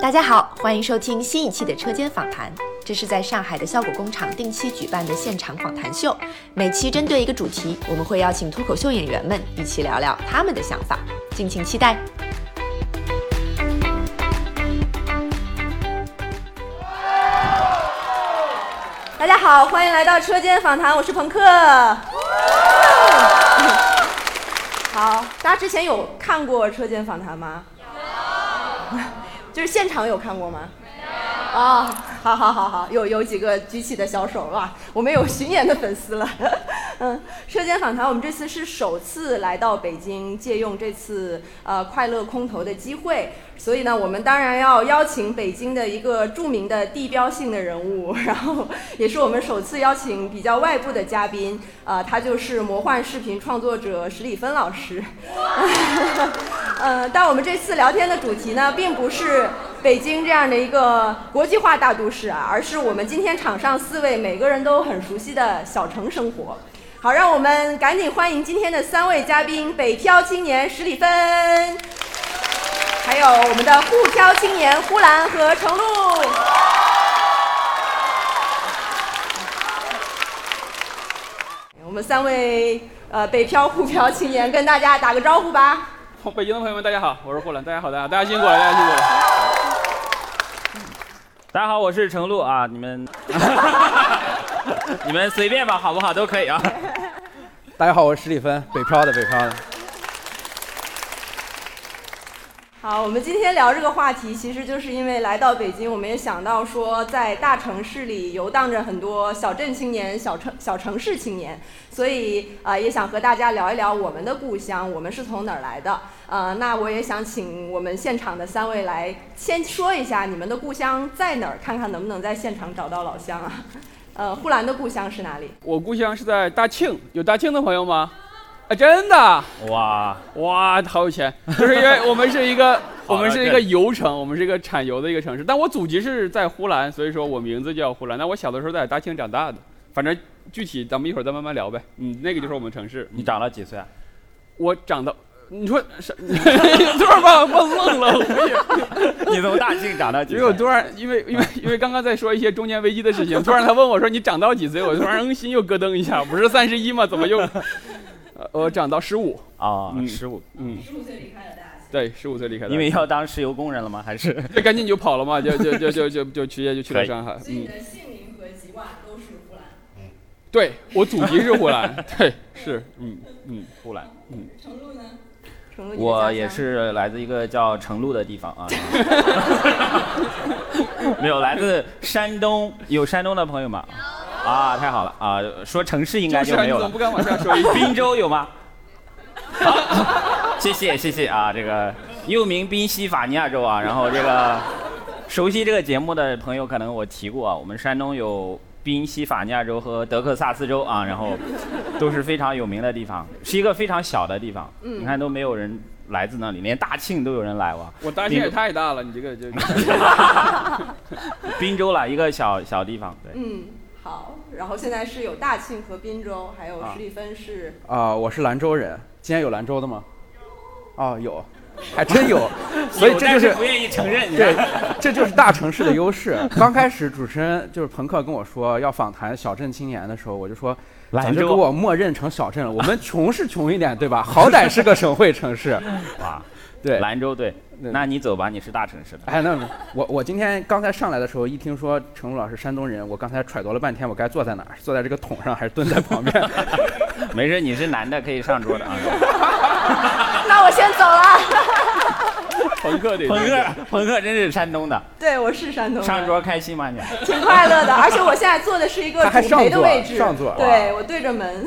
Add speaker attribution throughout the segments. Speaker 1: 大家好，欢迎收听新一期的车间访谈。这是在上海的效果工厂定期举办的现场访谈秀，每期针对一个主题，我们会邀请脱口秀演员们一起聊聊他们的想法，敬请期待。
Speaker 2: 大家好，欢迎来到车间访谈，我是朋克。好，大家之前有看过车间访谈吗？ 就是现场有看过吗？哦，好好好好，有有几个举起的小手哇，我们有巡演的粉丝了。 嗯，车间访谈，我们这次是首次来到北京，借用这次呃快乐空投的机会，所以呢，我们当然要邀请北京的一个著名的地标性的人物，然后也是我们首次邀请比较外部的嘉宾，呃，他就是魔幻视频创作者史里芬老师。 呃，但我们这次聊天的主题呢，并不是北京这样的一个国际化大都市啊，而是我们今天场上四位每个人都很熟悉的小城生活。好，让我们赶紧欢迎今天的三位嘉宾：北漂青年史里芬，还有我们的沪漂青年呼兰和程璐。我们三位呃北漂、沪漂青年跟大家打个招呼吧。
Speaker 3: 北京的朋友们，大家好，我是霍兰，大家好，大家大家辛苦了，大家辛苦了。
Speaker 4: 大家好，我是程璐啊，你们， 你们随便吧，好不好？都可以啊。
Speaker 5: 大家好，我是史蒂芬，北漂的，北漂的。
Speaker 2: 好，我们今天聊这个话题，其实就是因为来到北京，我们也想到说，在大城市里游荡着很多小镇青年、小城小城市青年，所以呃，也想和大家聊一聊我们的故乡，我们是从哪儿来的。呃，那我也想请我们现场的三位来先说一下你们的故乡在哪儿，看看能不能在现场找到老乡啊。呃，呼兰的故乡是哪里？
Speaker 3: 我故乡是在大庆，有大庆的朋友吗？啊，真的，
Speaker 4: 哇，
Speaker 3: 哇，好有钱！就是因为我们是一个，
Speaker 4: 好
Speaker 3: 我们是一个
Speaker 4: 了
Speaker 3: 油城，我们是一个产油的一个城市。但我祖籍是在呼兰，所以说我名字叫呼兰。那我小的时候在大庆长大的，反正具体咱们一会儿再慢慢聊呗。嗯，那个就是我们城市。
Speaker 4: 你长了几岁 啊？
Speaker 3: 我长得， 你说什？突然把我愣了，我也。
Speaker 4: 你从大庆长到几
Speaker 3: 因为我
Speaker 4: 岁？
Speaker 3: 突然，因为 因为因为刚刚在说一些中年危机的事情，突然他问我说你长到几岁，我突然嗯心又咯噔一 下，不是三十一吗？怎么又？呃我长到十五，
Speaker 4: 啊
Speaker 3: 嗯，
Speaker 4: 十五。
Speaker 3: 嗯，十五岁离开了大对，十五岁离开的，
Speaker 4: 因为要当石油工人了吗？还
Speaker 5: 嗯
Speaker 4: 是
Speaker 3: 这赶紧就跑了嘛，就就就就就就直接就去
Speaker 4: 可
Speaker 3: 了
Speaker 4: 以
Speaker 3: 上海。嗯，
Speaker 2: 的姓名和籍贯都是呼兰。
Speaker 3: 对我祖籍是湖南， 对，是，嗯嗯，
Speaker 4: 湖南？
Speaker 2: 程璐呢？程璐，你的家
Speaker 4: 我
Speaker 2: 乡
Speaker 4: 也。是来自一个叫成都的地方啊。 没有，来自山东，有山东的朋友吗？啊，太好了啊！说城市应该
Speaker 3: 就是
Speaker 4: 就
Speaker 3: 啊
Speaker 4: 没
Speaker 3: 你
Speaker 4: 有
Speaker 3: 怎
Speaker 4: 了
Speaker 3: 么。不敢往下说一 句？
Speaker 4: 滨州有吗？啊、谢谢谢谢啊，这个又名宾夕法尼亚州啊，然后这个熟悉这个节目的朋友，可能我提过啊，我们山东有宾夕法尼亚州和德克萨斯州啊，然后都是非常有名的地方，是一个非常小的地方，
Speaker 2: 嗯
Speaker 4: 你看都没有人来自那里，连大庆都有人来哇，
Speaker 3: 我大庆也太大了，你这个就
Speaker 4: 滨州啦，一个小小地方，对，
Speaker 2: 嗯，好。然后现在是有大庆和滨州，还有史蒂芬是
Speaker 5: 啊、我是兰州人。今天有兰州的吗？啊，有，还真有。所以这就
Speaker 4: 有但
Speaker 5: 是
Speaker 4: 不愿意承认，你知道
Speaker 5: 对
Speaker 4: 吗，
Speaker 5: 这就是大城市的优势。刚开始主持人就是朋克跟我说要访谈小镇青年的时候，我就说咱
Speaker 4: 兰
Speaker 5: 就给
Speaker 4: 州
Speaker 5: 我默认成小镇了。我们穷是穷一点，对吧？好歹是个省会城市。
Speaker 4: 哇，嗯
Speaker 5: 对，
Speaker 4: 兰州对，
Speaker 5: 对
Speaker 4: 那你走吧，你是大城市的，
Speaker 5: 哎，那我我今天刚才上来的时候，一听说程璐老师山东人，我刚才揣度了半天，我该坐在哪儿？坐在这个桶上，还是蹲在旁边？
Speaker 4: 没事，你是男的可以上桌的啊。
Speaker 2: 那我先走了。
Speaker 3: 朋克得
Speaker 4: 朋克，朋克真是山东的，
Speaker 2: 对，我是山东人
Speaker 4: 上桌开心吗你？
Speaker 2: 挺快乐的，而且我现在坐的是一个
Speaker 5: 他还
Speaker 2: 主陪的
Speaker 5: 上座
Speaker 2: 位置，
Speaker 5: 上座
Speaker 2: 对我对着门。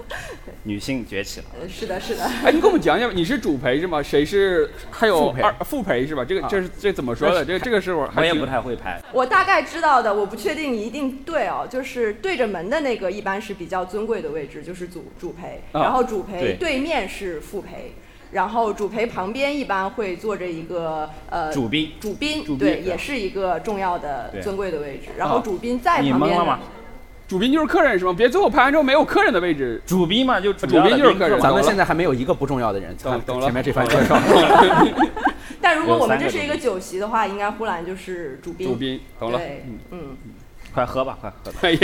Speaker 4: 女性崛起了，
Speaker 2: 呃是的，是的。
Speaker 3: 哎，你给我们讲讲吧，你是主陪是吗？谁是？还有
Speaker 5: 副陪
Speaker 3: 二副陪是吧？这个
Speaker 5: 啊
Speaker 3: 这是这怎么说的？这个这个是我还
Speaker 4: 我也
Speaker 3: 挺
Speaker 4: 不太会拍。
Speaker 2: 我大概知道的，我不确定一定对哦，就是对着门的那个一般是比较尊贵的位置，就是主主陪，
Speaker 3: 啊
Speaker 2: 然后主陪
Speaker 4: 对
Speaker 2: 对面是副陪。然后主陪旁边一般会坐着一个呃
Speaker 4: 主宾
Speaker 2: 主宾
Speaker 3: 主宾
Speaker 2: 对，
Speaker 3: 对
Speaker 2: 也是一个重要的
Speaker 4: 对
Speaker 2: 尊贵的位置。然后
Speaker 3: 啊
Speaker 2: 主宾在
Speaker 4: 你
Speaker 2: 旁
Speaker 4: 懵
Speaker 2: 边
Speaker 4: 了
Speaker 2: 的
Speaker 4: 吗？
Speaker 3: 主宾就是客人是吗？别最后拍完之后没有客人的位置。
Speaker 4: 主宾嘛，就主
Speaker 3: 主宾就是客人
Speaker 5: 咱们现在还没有一个不重要的人。
Speaker 3: 懂懂了
Speaker 5: 前面这番介绍，
Speaker 2: 但如果
Speaker 4: 有
Speaker 2: 我们这
Speaker 4: 三个
Speaker 2: 是一
Speaker 4: 主
Speaker 2: 个酒席的话，应该呼兰就是主
Speaker 4: 嗯
Speaker 2: 宾。
Speaker 3: 主宾，懂了，
Speaker 2: 对，嗯。
Speaker 4: 快喝吧，快喝吧。
Speaker 3: 也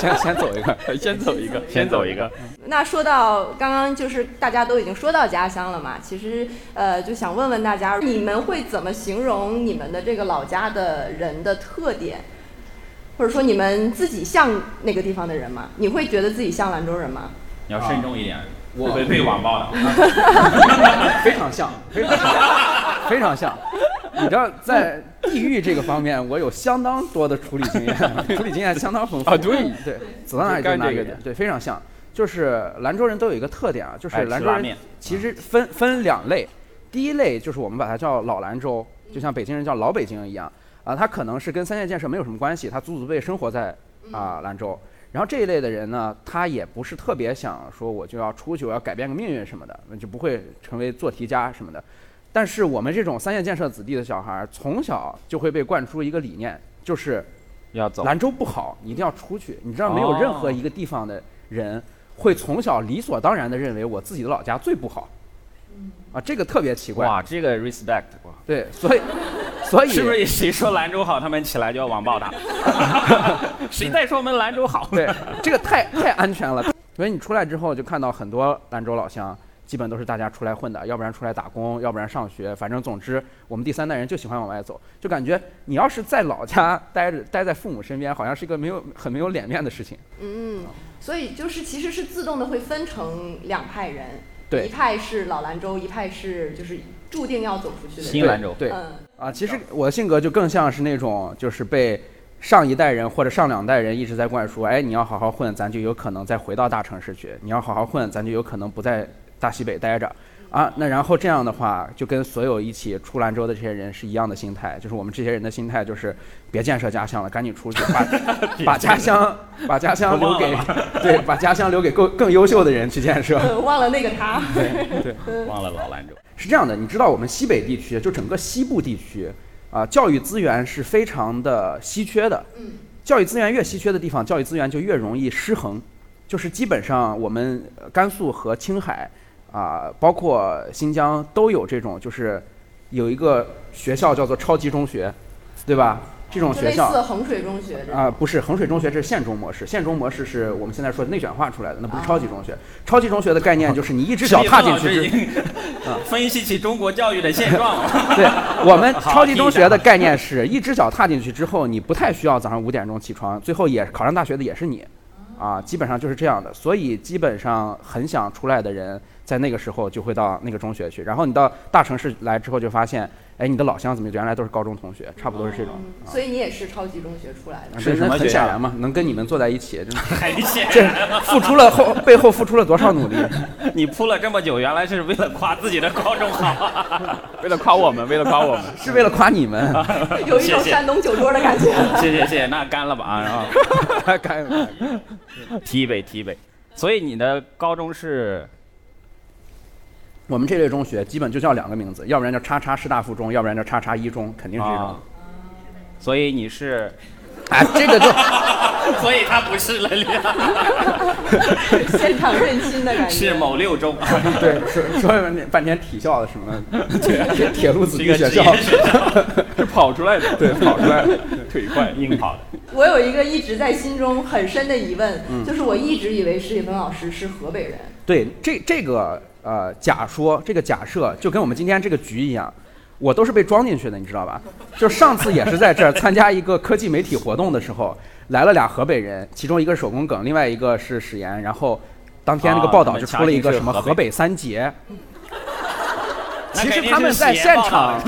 Speaker 5: 先先走一个，
Speaker 3: 先走一个，
Speaker 4: 先走一个。
Speaker 2: 那说到刚刚就是大家都已经说到家乡了嘛，其实呃就想问问大家，你们会怎么形容你们的这个老家的人的特点，或者说你们自己像那个地方的人吗？你会觉得自己像兰州人吗？
Speaker 4: 你要慎重一点，
Speaker 5: 我
Speaker 4: 会被网暴的。
Speaker 5: 非常像，非常像，非常像。你知道，在地域这个方面，我有相当多的处理经验， 处理经验相当丰富
Speaker 3: 啊对
Speaker 5: 对，走到哪里就
Speaker 3: 干
Speaker 5: 哪
Speaker 3: 这
Speaker 5: 里
Speaker 3: 个
Speaker 5: 点，
Speaker 3: 的
Speaker 5: 对，非常像。就是兰州人都有一个特点啊，就是
Speaker 4: 爱吃
Speaker 5: 兰州
Speaker 4: 拉
Speaker 5: 人
Speaker 4: 面嗯
Speaker 5: 其实分分两类，第一类就是我们把它叫老兰州，就像北京人叫老北京一样啊，他可能是跟三线建设没有什么关系，他祖祖辈辈生活在啊兰州。然后这一类的人呢，他也不是特别想说我就要出去，我要改变个命运什么的，就不会成为做题家什么的。但是我们这种三线建设子弟的小孩儿，从小就会被灌输一个理念，就是
Speaker 4: 要走，
Speaker 5: 兰州不好，你一定要出去。你知道，没有任何一个地方的人会从小理所当然的认为我自己的老家最不好，啊，这个特别奇怪。
Speaker 4: 哇，这个 respect，哇
Speaker 5: 对，所以， 所以
Speaker 4: 是不是谁说兰州好，他们起来就要网暴他？谁再说我们兰州好？
Speaker 5: 对，这个太太安全了。所以你出来之后，就看到很多兰州老乡，基本都是大家出来混的，要不然出来打工，要不然上学，反正总之，我们第三代人就喜欢往外走，就感觉你要是在老家待着，待在父母身边，好像是一个没有很没有脸面的事情。
Speaker 2: 嗯，所以就是其实是自动的会分成两派人，
Speaker 5: 对
Speaker 2: 一派是老兰州，一派是就是注定要走出去的
Speaker 4: 新
Speaker 2: 人。
Speaker 4: 兰州
Speaker 5: 对
Speaker 2: 嗯，
Speaker 5: 啊，其实我的性格就更像是那种就是被。上一代人或者上两代人一直在灌输，哎，你要好好混，咱就有可能再回到大城市去；你要好好混，咱就有可能不在大西北待着。啊，那然后这样的话，就跟所有一起出兰州的这些人是一样的心态，就是我们这些人的心态就是别建设家乡了，赶紧出去，把把家乡把家乡留给对，把家乡留给更更优秀的人去建设。
Speaker 2: 呃忘了那个他。
Speaker 5: 对对，
Speaker 4: 忘了老兰州，
Speaker 5: 是这样的，你知道我们西北地区，就整个西部地区啊、教育资源是非常的稀缺的。
Speaker 2: 嗯，
Speaker 5: 教育资源越稀缺的地方，教育资源就越容易失衡，就是基本上我们呃甘肃和青海啊、包括新疆都有这种，就是有一个学校叫做超级中学，对吧？这种
Speaker 2: 就
Speaker 5: 学
Speaker 2: 类
Speaker 5: 校
Speaker 2: 似衡水中学这种。
Speaker 5: 啊、不是衡水中学，这是县中模式。县中模式是我们现在说的内卷化出来的，那不是
Speaker 2: 啊
Speaker 5: 超级中学。超级中学的概念就是你一只脚踏进去之
Speaker 4: 这已经分析起中国教育的现状了。
Speaker 5: 对我们
Speaker 4: 好
Speaker 5: 超级中学的
Speaker 4: 听一下
Speaker 5: 概念是一只脚踏进去之后，你不太需要早上五点钟起床，最后也考上大学的也是你，啊，基本上就是这样的。所以基本上很想出来的人，在那个时候就会到那个中学去。然后你到大城市来之后，就发现，哎，你的老乡怎么原来都是高中同学，差不多是这种。
Speaker 2: 嗯，所以你也是超级中学出来的。
Speaker 5: 啊
Speaker 4: 是
Speaker 5: 那
Speaker 4: 什么
Speaker 5: 很
Speaker 4: 学
Speaker 5: 显
Speaker 4: 校
Speaker 5: 然嘛，能跟你们坐在一起，这
Speaker 4: 海鲜，
Speaker 5: 这付出了后背后付出了多少努力？
Speaker 4: 你铺了这么久，原来是为了夸自己的高中好。
Speaker 3: 为了夸我们，为了夸我们，
Speaker 5: 是为了夸 你们，
Speaker 2: 有一种
Speaker 4: 啊谢谢
Speaker 2: 山东酒桌的感觉。
Speaker 4: 谢谢谢谢，那干了吧啊！然后
Speaker 5: 感感
Speaker 4: 提一杯提一杯。所以你的高中是
Speaker 5: 我们这类中学基本就叫两个名字，要不然叫叉叉师大附中，要不然叫叉叉一中，肯定是这种
Speaker 4: 啊。，所以你是，
Speaker 5: 啊，这个就
Speaker 4: 所以他不是了，
Speaker 2: 现场认亲的感觉。
Speaker 4: 是某六中，
Speaker 5: 对，说说半天半天体校的什 么铁铁路子
Speaker 4: 是
Speaker 5: 弟
Speaker 4: 一个
Speaker 5: 学
Speaker 4: 职
Speaker 5: 校，
Speaker 4: 业 学校，
Speaker 3: 是跑出来 的，对，跑出来的，腿快，
Speaker 4: 硬跑的。
Speaker 2: 我有一个一直在心中很深的疑问，
Speaker 4: 嗯
Speaker 2: 就是我一直以为史蒂芬老师是河北人。
Speaker 5: 对，这这个呃假说，这个假设就跟我们今天这个局一样，我都是被装进去的，你知道吧？就上次也是在这儿参加一个科技媒体活动的时候，来了俩河北人，其中一个是手工梗，另外一个是史岩，然后当天那个
Speaker 4: 啊
Speaker 5: 报
Speaker 4: 他
Speaker 5: 道
Speaker 4: 们
Speaker 5: 就
Speaker 4: 强
Speaker 5: 出了一
Speaker 4: 行
Speaker 5: 个
Speaker 4: 是
Speaker 5: 什么
Speaker 4: 河
Speaker 5: 河
Speaker 4: 北
Speaker 5: 北 三杰。
Speaker 4: 那
Speaker 5: 其实
Speaker 4: 肯定
Speaker 5: 他们
Speaker 4: 是
Speaker 5: 在
Speaker 4: 实验
Speaker 5: 现
Speaker 4: 报道
Speaker 5: 场，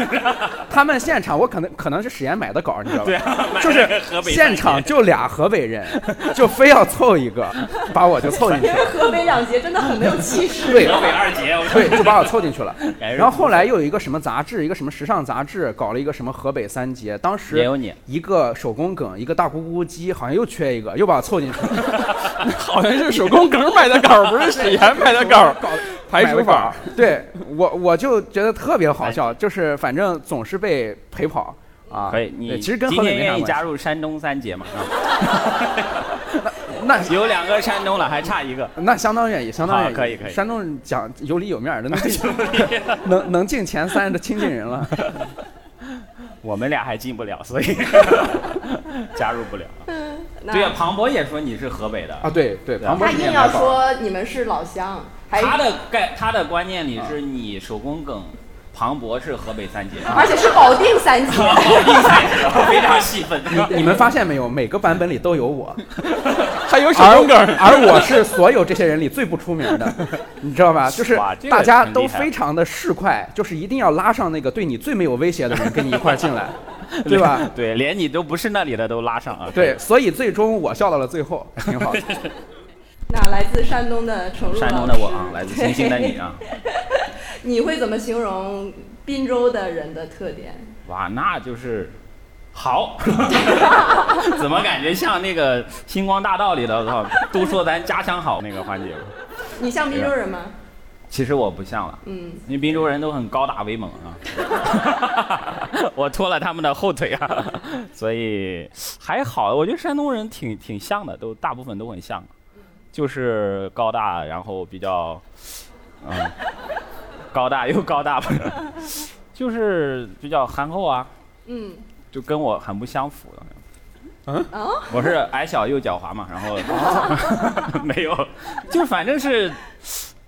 Speaker 5: 他们现场，我可能可能是史岩买的稿，你知道吧？
Speaker 4: 的
Speaker 5: 就是
Speaker 4: 啊河北
Speaker 5: 现场就俩河北人，就非要凑一个，把我就凑进去
Speaker 2: 因。为河北两杰真的很没有气势。
Speaker 5: 对
Speaker 4: 河北二杰，我
Speaker 5: 对， 就把我凑进去了。
Speaker 4: 感觉是
Speaker 5: 然后后来又有一个什么杂志，一个什么时尚杂志，搞了一个什么河北三杰，当
Speaker 4: 也
Speaker 5: 时
Speaker 4: 有你
Speaker 5: 一个手工梗，一个大咕咕鸡，好像又缺一个，又把我凑进去了。
Speaker 3: 好像是手工梗买的稿，不是史岩买的稿，排
Speaker 5: 买
Speaker 3: 除
Speaker 5: 了个
Speaker 3: 法
Speaker 5: 儿。，对我我就觉得特别
Speaker 4: 哎
Speaker 5: 好笑，就是反正总是被陪跑啊。
Speaker 4: 可以，
Speaker 5: 对
Speaker 4: 你
Speaker 5: 其实跟
Speaker 4: 今
Speaker 5: 河北
Speaker 4: 天
Speaker 5: 没啥
Speaker 4: 愿意
Speaker 5: 关系
Speaker 4: 加。入山东三杰吗？啊
Speaker 5: 那
Speaker 4: 有两个山东了，还差一个。
Speaker 5: 那相当愿意，相当愿意，
Speaker 4: 好可以可以
Speaker 5: 山东人讲有理有面 儿的，能进能能进前三的亲近人了。
Speaker 4: 我们俩还进不了，所以 加入不了。
Speaker 2: 那
Speaker 4: 嗯 对呀、庞博也说你是河北的，
Speaker 5: 啊，对对，
Speaker 4: 对
Speaker 5: 庞博
Speaker 2: 他
Speaker 5: 是
Speaker 2: 硬
Speaker 5: 面
Speaker 2: 要
Speaker 5: 来宝
Speaker 2: 说你们是老乡，还
Speaker 4: 他的概他的观念里是你手工梗，庞博是河北三杰，
Speaker 2: 而且是保定三级，
Speaker 4: 啊非常细分。
Speaker 5: 你你们发现没有？每个版本里都有我，
Speaker 3: 还有手
Speaker 5: 而
Speaker 3: 工梗儿，
Speaker 5: 而我是 所有这些人里最不出名的，你知 道吧？就是
Speaker 4: 哇这个
Speaker 5: 大家
Speaker 4: 很厉
Speaker 5: 都
Speaker 4: 害
Speaker 5: 非常的市侩，就是一定要拉上那个对你最没有威胁的人跟你一块儿进 来，对吧？？
Speaker 4: 对，连你都不是那里的都拉上啊。
Speaker 5: 对，，所以最终我笑到了最后，挺 好的。
Speaker 2: 那来自山东的程璐，
Speaker 4: 山东的我啊，来自星星的你啊，
Speaker 2: 你会怎么形容滨州的人的特点？
Speaker 4: 哇，那就是好， 怎么感觉像那个《星光大道》里的，我操，都说咱家乡好那个环节。
Speaker 2: 你像滨州人吗？
Speaker 4: 其实我不像了，
Speaker 2: 嗯，
Speaker 4: 因为滨州人都很高大威猛啊， 我拖了他们的后腿啊，所以还好，我觉得山东人挺挺像的，都大部分都很像，就是高大，然后比较，嗯，高大又高大，不是， 就是比较憨厚啊，
Speaker 2: 嗯，
Speaker 4: 就跟我很不相符的。
Speaker 2: 哦，
Speaker 4: 我是矮小又狡猾嘛，然后 没有，就反正是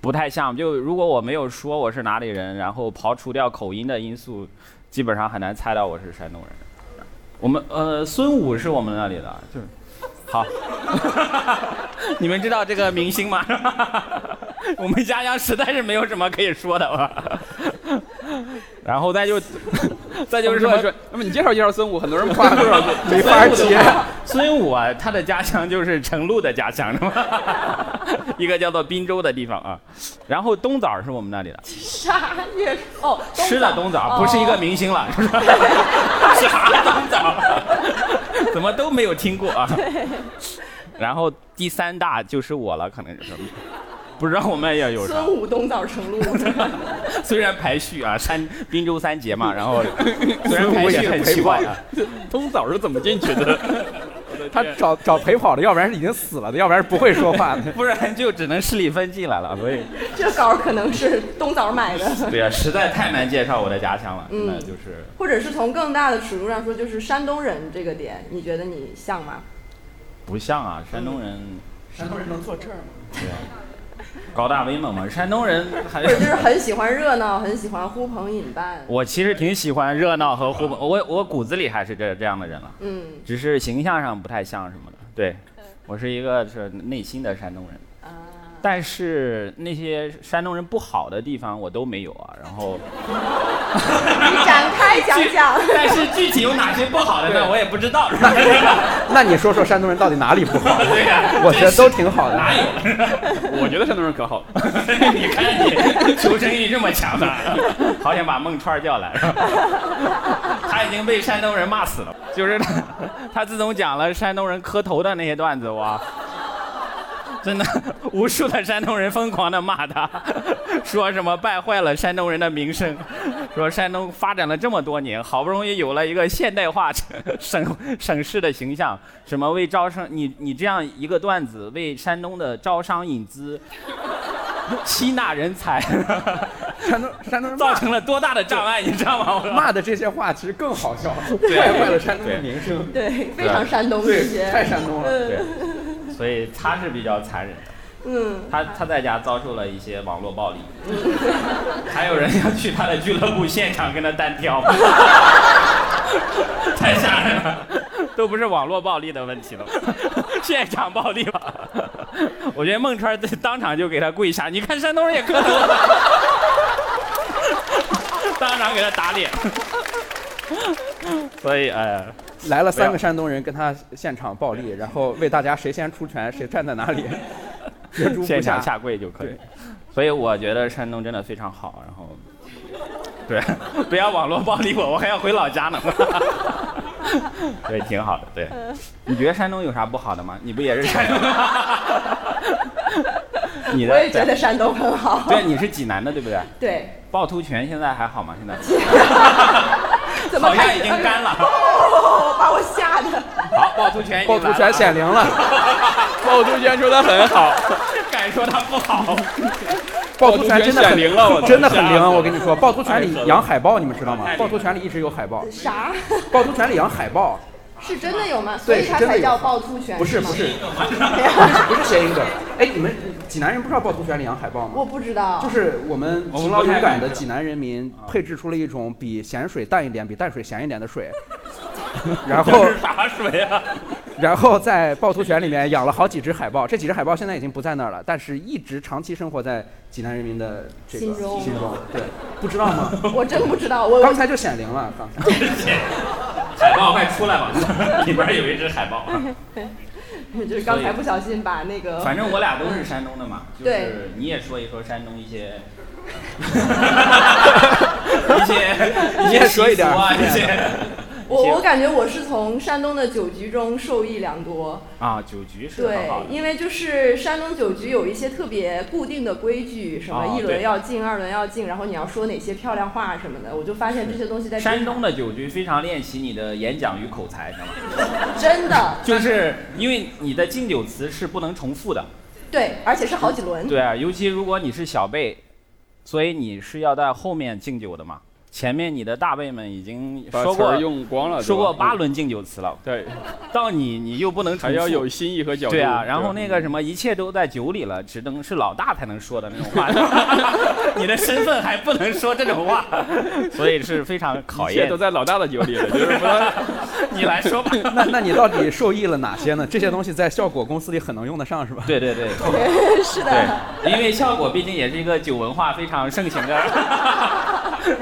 Speaker 4: 不太像。就如果我没有说我是哪里人，然后刨除掉口音的因素，基本上很难猜到我是山东人。我们呃，孙武是我们那里的，就是好。 你们知道这个明星吗？ 我们家乡实在是没有什么可以说的了。然后再就 再 就是
Speaker 3: 这
Speaker 4: 说
Speaker 3: 么说，那么你介绍介绍孙武，很多人不知道。
Speaker 5: 没法接。
Speaker 4: 孙武啊，他的家乡就是程璐的家乡，是吗？ 一个叫做滨州的地方啊。然后冬枣是我们那里的，
Speaker 2: 啥也哦，冬枣
Speaker 4: 吃的冬枣，不是一个 明星了，是吧？啥冬枣？ 怎么都没有听过啊？然后第三大就是我了，可能就是。不知道我们也有啥
Speaker 2: 孙，武冬枣程璐，
Speaker 4: 虽然排序啊，三滨州三 杰嘛，然后虽然排序很奇怪啊，
Speaker 3: 冬枣是怎么进去的？
Speaker 5: 他找找陪跑的，要不然是已经死了的，要不然是不会说话的。
Speaker 4: 不然就只能势力分进来了，所以。
Speaker 2: 这稿儿可能是冬枣买的。
Speaker 4: 对呀、实在太难介绍我的家乡了，
Speaker 2: 嗯
Speaker 4: 那就是
Speaker 2: 或者是从更大的尺度上说，就是山东人这个点，你觉得你像吗？
Speaker 4: 不像啊，山东人
Speaker 5: 山东人能坐这儿吗？
Speaker 4: 高大威猛嘛，山东人还
Speaker 2: 或者就是很喜欢热闹，很喜欢呼朋引伴。
Speaker 4: 我其实挺喜欢热闹和互动，我我骨子里还是这这样的人了，
Speaker 2: 嗯
Speaker 4: 只是形象上不太像什么的。对，我是一个是内心的山东人，
Speaker 2: 啊，
Speaker 4: 但是那些山东人不好的地方我都没有啊。然 后，
Speaker 2: 你展开讲讲。
Speaker 4: 但是具体有哪些不好的呢？我也不知道。是吧
Speaker 5: 那你说说山东人到底哪里不好？
Speaker 4: 对呀、
Speaker 5: 我觉得都挺好的。
Speaker 4: 哪有？
Speaker 3: 我觉得山东人可好了。
Speaker 4: 你看你求生欲这么强的，好想把孟川儿叫来。他已经被山东人骂死了，就是他， 他自从讲了山东人磕头的那些段子，哇，真的无数的山东人疯狂的骂他， 说什么败坏了山东人的名声，说山东发展了这么多年，好不容易有了一个现代化省省省市的形象，什么为招商，你你这样一个段子为山东的招商引资。 吸纳人才，
Speaker 5: 山东山东人
Speaker 4: 造
Speaker 5: 骂
Speaker 4: 成了多大的障碍，你知道吗？我
Speaker 5: 骂的这些话其实更好笑，
Speaker 4: 对
Speaker 5: 败 坏了山东的名声。
Speaker 2: 对，非常山东这些。
Speaker 5: 太山东了。
Speaker 4: 对，所以他是比较残忍的，
Speaker 2: 嗯，
Speaker 4: 他他在家遭受了一些网络暴力，还有人要去他的俱乐部现场跟他单挑，太吓人了，都不是网络暴力的问题了，现场暴力吧？我觉得孟川当场就给他跪下，你看山东人也磕头，当场给他打脸，所以哎呀。
Speaker 5: 来了三个山东人跟他现场暴力，然后为大家谁先出拳谁站在哪里，角逐不
Speaker 4: 现场
Speaker 5: 下。
Speaker 4: 下跪就可以
Speaker 5: 对。
Speaker 4: 所以我觉得山东真的非常好，然后，对， 不要网络暴力我，我还要回老家呢。 对，挺好的。对， 你觉得山东有啥不好的吗？你不也是山东的？你的
Speaker 2: 我也觉得山东很好。
Speaker 4: 对，你是济南的对不对？
Speaker 2: 对，
Speaker 4: 趵突泉现在还好吗？现在
Speaker 2: 怎么
Speaker 4: 好
Speaker 2: 开
Speaker 4: 像
Speaker 2: 始
Speaker 4: 已经干了。
Speaker 2: 哦，把我吓的。
Speaker 4: 好，趵突泉已经
Speaker 5: 趵
Speaker 4: 来
Speaker 5: 突
Speaker 4: 了
Speaker 5: 泉显 灵了，
Speaker 3: 趵突泉说的很好，
Speaker 4: 敢说他不 好？
Speaker 5: 趵突泉真的
Speaker 3: 趵突泉显
Speaker 5: 很
Speaker 3: 灵了我操
Speaker 5: 真的很
Speaker 3: 吓死
Speaker 5: 灵。啊
Speaker 3: 我
Speaker 5: 我跟你说，趵突泉
Speaker 4: 太狠
Speaker 5: 里
Speaker 4: 了
Speaker 5: 养海豹，你们知道吗
Speaker 4: 太？厉害
Speaker 5: 趵突泉里一直有海豹，
Speaker 2: 啥？
Speaker 5: 趵突泉里养海豹，
Speaker 2: 是真的有吗？所
Speaker 5: 对
Speaker 2: 以它
Speaker 5: 是真的
Speaker 2: 才
Speaker 5: 有
Speaker 2: 叫趵突泉？
Speaker 5: 不是
Speaker 2: 吗
Speaker 5: 不是，不是谐音梗。哎，你们济南人不知道趵突泉里养海豹吗？
Speaker 2: 我不知道。
Speaker 5: 就是我们
Speaker 4: 我们
Speaker 5: 勤劳
Speaker 4: 不太
Speaker 5: 勇敢的
Speaker 4: 敢
Speaker 5: 济南人民配置出了一种比咸水淡一点、比淡水咸一点的水，然后
Speaker 4: 这是啥水啊？
Speaker 5: 然后在趵突泉里面养了好几只海豹，这几只海豹现在已经不在那儿了，但是一直长期生活在济南人民的这个
Speaker 2: 心中
Speaker 5: 心 中。对，不知道吗？
Speaker 2: 我真不知道，我
Speaker 5: 刚才就显灵了，刚才。
Speaker 4: 海豹快出来吧， 里边有一只海豹。
Speaker 2: 就是刚才不小心把那个
Speaker 4: 反正我俩都是山东的嘛，就
Speaker 2: 对
Speaker 4: 是你也说一说山东一些，一些
Speaker 5: 你也说一点
Speaker 4: 习俗啊，
Speaker 5: 对
Speaker 4: 一些
Speaker 2: 我
Speaker 4: 一些
Speaker 2: 我感觉我是从山东的酒局中受益良多。
Speaker 4: 啊，酒局是很
Speaker 2: 对
Speaker 4: 好，的。
Speaker 2: 因为就是山东酒局有一些特别固定的规矩，什
Speaker 4: 哦
Speaker 2: 么一轮
Speaker 4: 对
Speaker 2: 要敬，二轮要敬，然后你要说哪些漂亮话什么的，我就发现这些东西在
Speaker 4: 山东的酒局非常练习你的演讲与口才，知道吗？
Speaker 2: 真的
Speaker 4: 就是因为你的敬酒词是不能重复的，
Speaker 2: 对，而且是好几轮。
Speaker 4: 对啊，尤其如果你是小辈，所以你是要在后面敬酒的嘛。前面你的大辈们已经
Speaker 3: 把
Speaker 4: 说
Speaker 3: 词
Speaker 4: 过
Speaker 3: 儿用光了，
Speaker 4: 说过
Speaker 3: 对吧
Speaker 4: 八，轮敬酒词了，
Speaker 3: 对，
Speaker 4: 到你你又不能重
Speaker 3: 还
Speaker 4: 复，
Speaker 3: 要有新意和角度。
Speaker 4: 对啊，然后那个
Speaker 3: 么。
Speaker 4: 什么，一切都在酒里了，只能是老大才能说的那种话， 你的身份还不能说这种话， 所以是非常考
Speaker 3: 一切
Speaker 4: 验
Speaker 3: 都。在老大的酒里 了，就是说，
Speaker 4: 你来说吧。
Speaker 5: 那那你到底受益了哪些呢？这些东西在效果公司里很能用得上，是吧？
Speaker 4: 对对对
Speaker 2: 是的，
Speaker 4: 对，因为效果毕竟也是一个酒文化非常盛行 的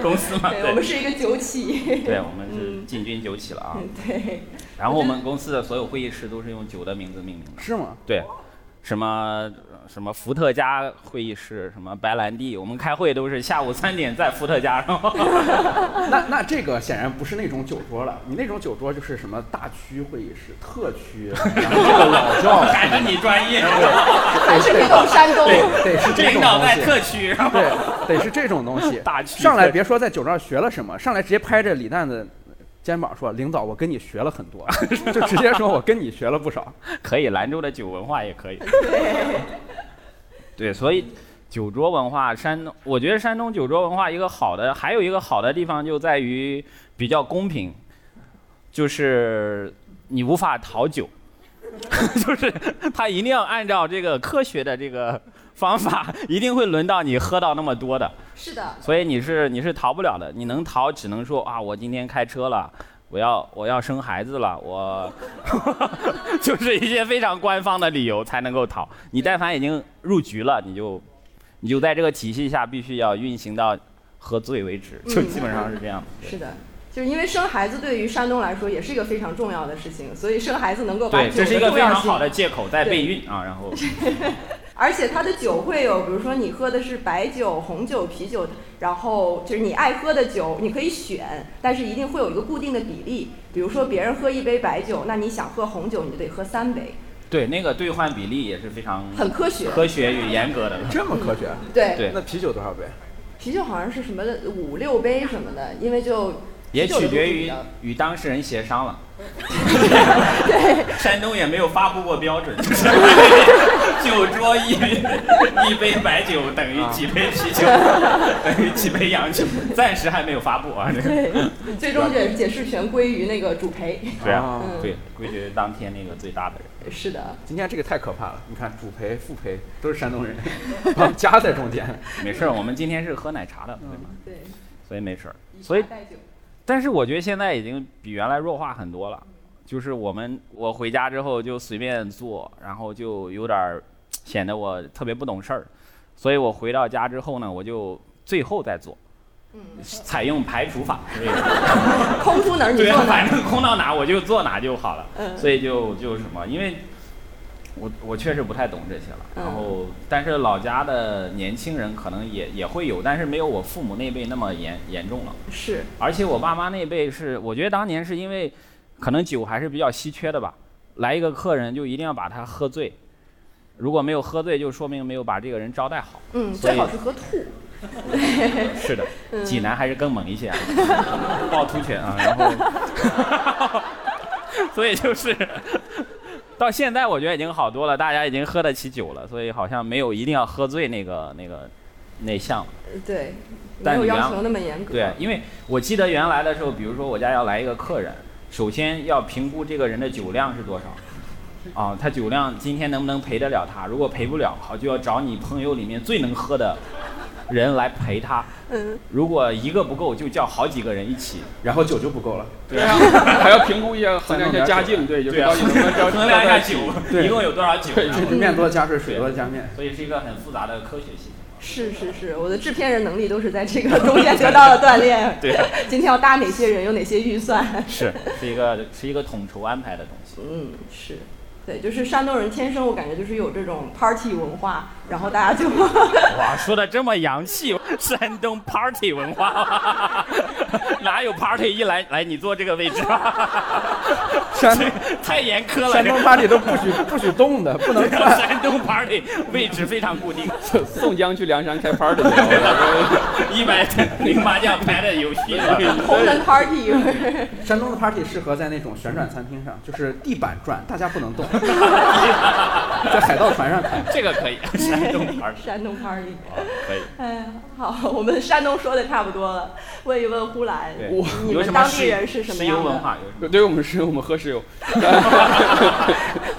Speaker 4: 公司嘛，
Speaker 2: 对我们
Speaker 4: 对，
Speaker 2: 是一个酒企。
Speaker 4: 对我们是进军酒企了啊。
Speaker 2: 嗯对，
Speaker 4: 然后我们公司的所有会议室都是用酒的名字命名的，
Speaker 5: 是吗？
Speaker 4: 对，什么。什么伏特加会议室，什么白兰地，我们开会都是下午三点在伏特加，然后
Speaker 5: 那那这个显然不是那种酒桌了，你那种酒桌就是什么大区会议室、特区， 然后这个老窖，
Speaker 4: 还是你专业，
Speaker 2: 还是你懂山东。
Speaker 5: 得是这
Speaker 4: 领
Speaker 5: 种
Speaker 4: 导
Speaker 5: 东
Speaker 4: 在
Speaker 5: 西。
Speaker 4: 特区，然后
Speaker 5: 对，得是这种东西。
Speaker 4: 大区
Speaker 5: 上来别说在酒桌上学了什么，上来直接拍着李诞的肩膀说：“领导，我跟你学了很多。” 就直接说：“我跟你学了不少。
Speaker 4: 可以，兰州的酒文化也可以。对，所以酒桌文化，山东，我觉得山东酒桌文化一个好的，还有一个好的地方就在于比较公平，就是你无法讨酒， 就是他一定要按照这个科学的这个方法，一定会轮到你喝到那么多的。
Speaker 2: 是的，
Speaker 4: 所以你是你是逃不了的，你能逃只能说啊，我今天开车了，我要我要生孩子了，我 就是一些非常官方的理由才能够逃。你但凡已经入局了，你就你就在这个体系下必须要运行到喝醉为止，就基本上是这样。
Speaker 2: 嗯是的。就是因为生孩子对于山东来说也是一个非常重要的事情，所以生孩子能够把
Speaker 4: 对，
Speaker 2: 酒
Speaker 4: 这是
Speaker 2: 的
Speaker 4: 一个
Speaker 2: 重
Speaker 4: 非
Speaker 2: 要
Speaker 4: 常
Speaker 2: 性
Speaker 4: 好的借口，在备孕啊，然后
Speaker 2: 而且它的酒会有，比如说你喝的是白酒、红酒、啤酒，然后就是你爱喝的酒，你可以选，但是一定会有一个固定的比例。比如说别人喝一杯白酒，那你想喝红酒，你就得喝三杯，
Speaker 4: 对那个兑换比例也是非常
Speaker 2: 很科学。
Speaker 4: 科学与严格的”。
Speaker 5: 这么科 学？
Speaker 2: 对，
Speaker 4: 嗯对
Speaker 5: 那啤酒多少杯？
Speaker 2: 啤酒好像是什么的五六杯什么的，因为就
Speaker 4: 也
Speaker 2: 啤酒
Speaker 4: 取
Speaker 2: 的
Speaker 4: 决
Speaker 2: 不
Speaker 4: 于
Speaker 2: 一样
Speaker 4: 与当事人协商了。山东也没有发布过标 准，就是酒桌一一杯白酒等于几杯啤酒，
Speaker 2: 啊
Speaker 4: 等于几杯洋酒，暂时还没有发布啊。这个
Speaker 2: 最终解解释权归于那个主 陪。
Speaker 4: 对啊
Speaker 5: 哦，
Speaker 4: 对，归结当天那个最大的人。
Speaker 2: 是的，
Speaker 5: 今天这个太可怕了！你看，主陪、副陪都是山 东人，把我们夹在中间。
Speaker 4: 没事儿，我们今天是喝奶茶的，对吧？
Speaker 2: 对，
Speaker 4: 所以没事儿。所以
Speaker 2: 带酒。
Speaker 4: 但是我觉得现在已经比原来弱化很多了，就是我们我回家之后就随便做，然后就有点儿显得我特别不懂事儿，所以我回到家之后呢，我就最后再做，
Speaker 2: 嗯，
Speaker 4: 采用排除法，
Speaker 2: 空出哪儿你
Speaker 4: 对
Speaker 2: 坐，哪儿。
Speaker 4: 反正空到哪我就做哪就好了，
Speaker 2: 嗯
Speaker 4: 所以就就什么，因为我我确实不太懂这些了，
Speaker 2: 嗯
Speaker 4: 然后但是老家的年轻人可能也也会有，但是没有我父母那辈那么严严重了。
Speaker 2: 是
Speaker 4: 而且我爸妈那辈是，我觉得当年是因为可能酒还是比较稀缺的吧，来一个客人就一定要把他喝醉，如果没有喝醉，就说明没有把这个人招待好。
Speaker 2: 嗯，
Speaker 4: 所以
Speaker 2: 最好是喝吐。
Speaker 4: 是的， 济南还是更猛一 些啊，趵突泉啊，然 后，所以就是到现在我觉得已经好多了，大家已经喝得起酒了，所以好像没有一定要喝醉那个那个那项了。
Speaker 2: 对，没
Speaker 4: 但
Speaker 2: 有
Speaker 4: 你
Speaker 2: 要
Speaker 4: 原
Speaker 2: 求那么严格。
Speaker 4: 对，啊因为我记得原来的时候，比如说我家要来一个客人，首先要评估这个人的酒量是多少。啊，他酒量今天能不能陪得了他？如果陪不了，好就要找你朋友里面最能喝的人来陪他。
Speaker 2: 嗯，
Speaker 4: 如果一个不够，就叫好几个人一起。
Speaker 5: 然后酒就不够了。
Speaker 3: 对啊，还要评估一下，衡量一下家境，对，就是
Speaker 4: 对啊
Speaker 3: 到底能不能交
Speaker 4: 衡量一下酒
Speaker 5: 对
Speaker 4: 一共有多少酒，然后
Speaker 5: 就是面多加水，水多加面。
Speaker 4: 所以是一个很复杂的科学系统。
Speaker 2: 是是是，我的制片人能力都是在这个中间得到了锻炼。
Speaker 4: 对，
Speaker 2: 今天要搭哪些人，有哪些预 算？
Speaker 4: 是是一个是一个统筹安排的东西。
Speaker 2: 嗯，是。对，就是山东人天生，我感觉就是有这种 party 文化，然后大家 就
Speaker 4: 哇，说的这么洋气，山东 party 文化，哪有 party 一来来你坐这个位置？
Speaker 5: 山
Speaker 4: 太严苛了，
Speaker 5: 山东 party 都不 许不许动的，不能
Speaker 4: 这
Speaker 5: 转。
Speaker 4: 山东 party 位置非常固定，
Speaker 3: 宋江去梁山开 party 去了。
Speaker 4: 一百零麻将牌的游戏了。
Speaker 2: 红人 party。
Speaker 5: 山东的 party 适合在那种旋转餐厅上，就是地板转，大家不 能动， 在海盗船上看。
Speaker 4: 这个可以，山东 party
Speaker 2: 山东 party。
Speaker 4: 可以。
Speaker 2: 哎呀，好，我们山东说的差不多了，问一问呼兰
Speaker 4: 对，
Speaker 2: 你
Speaker 4: 有
Speaker 2: 们
Speaker 4: 什么
Speaker 2: 当地
Speaker 4: 石
Speaker 2: 人是什么
Speaker 4: 石油
Speaker 2: 样
Speaker 4: 文
Speaker 2: 的？
Speaker 4: 化有什
Speaker 3: 对，对于我们是，我们喝石油，
Speaker 4: 么？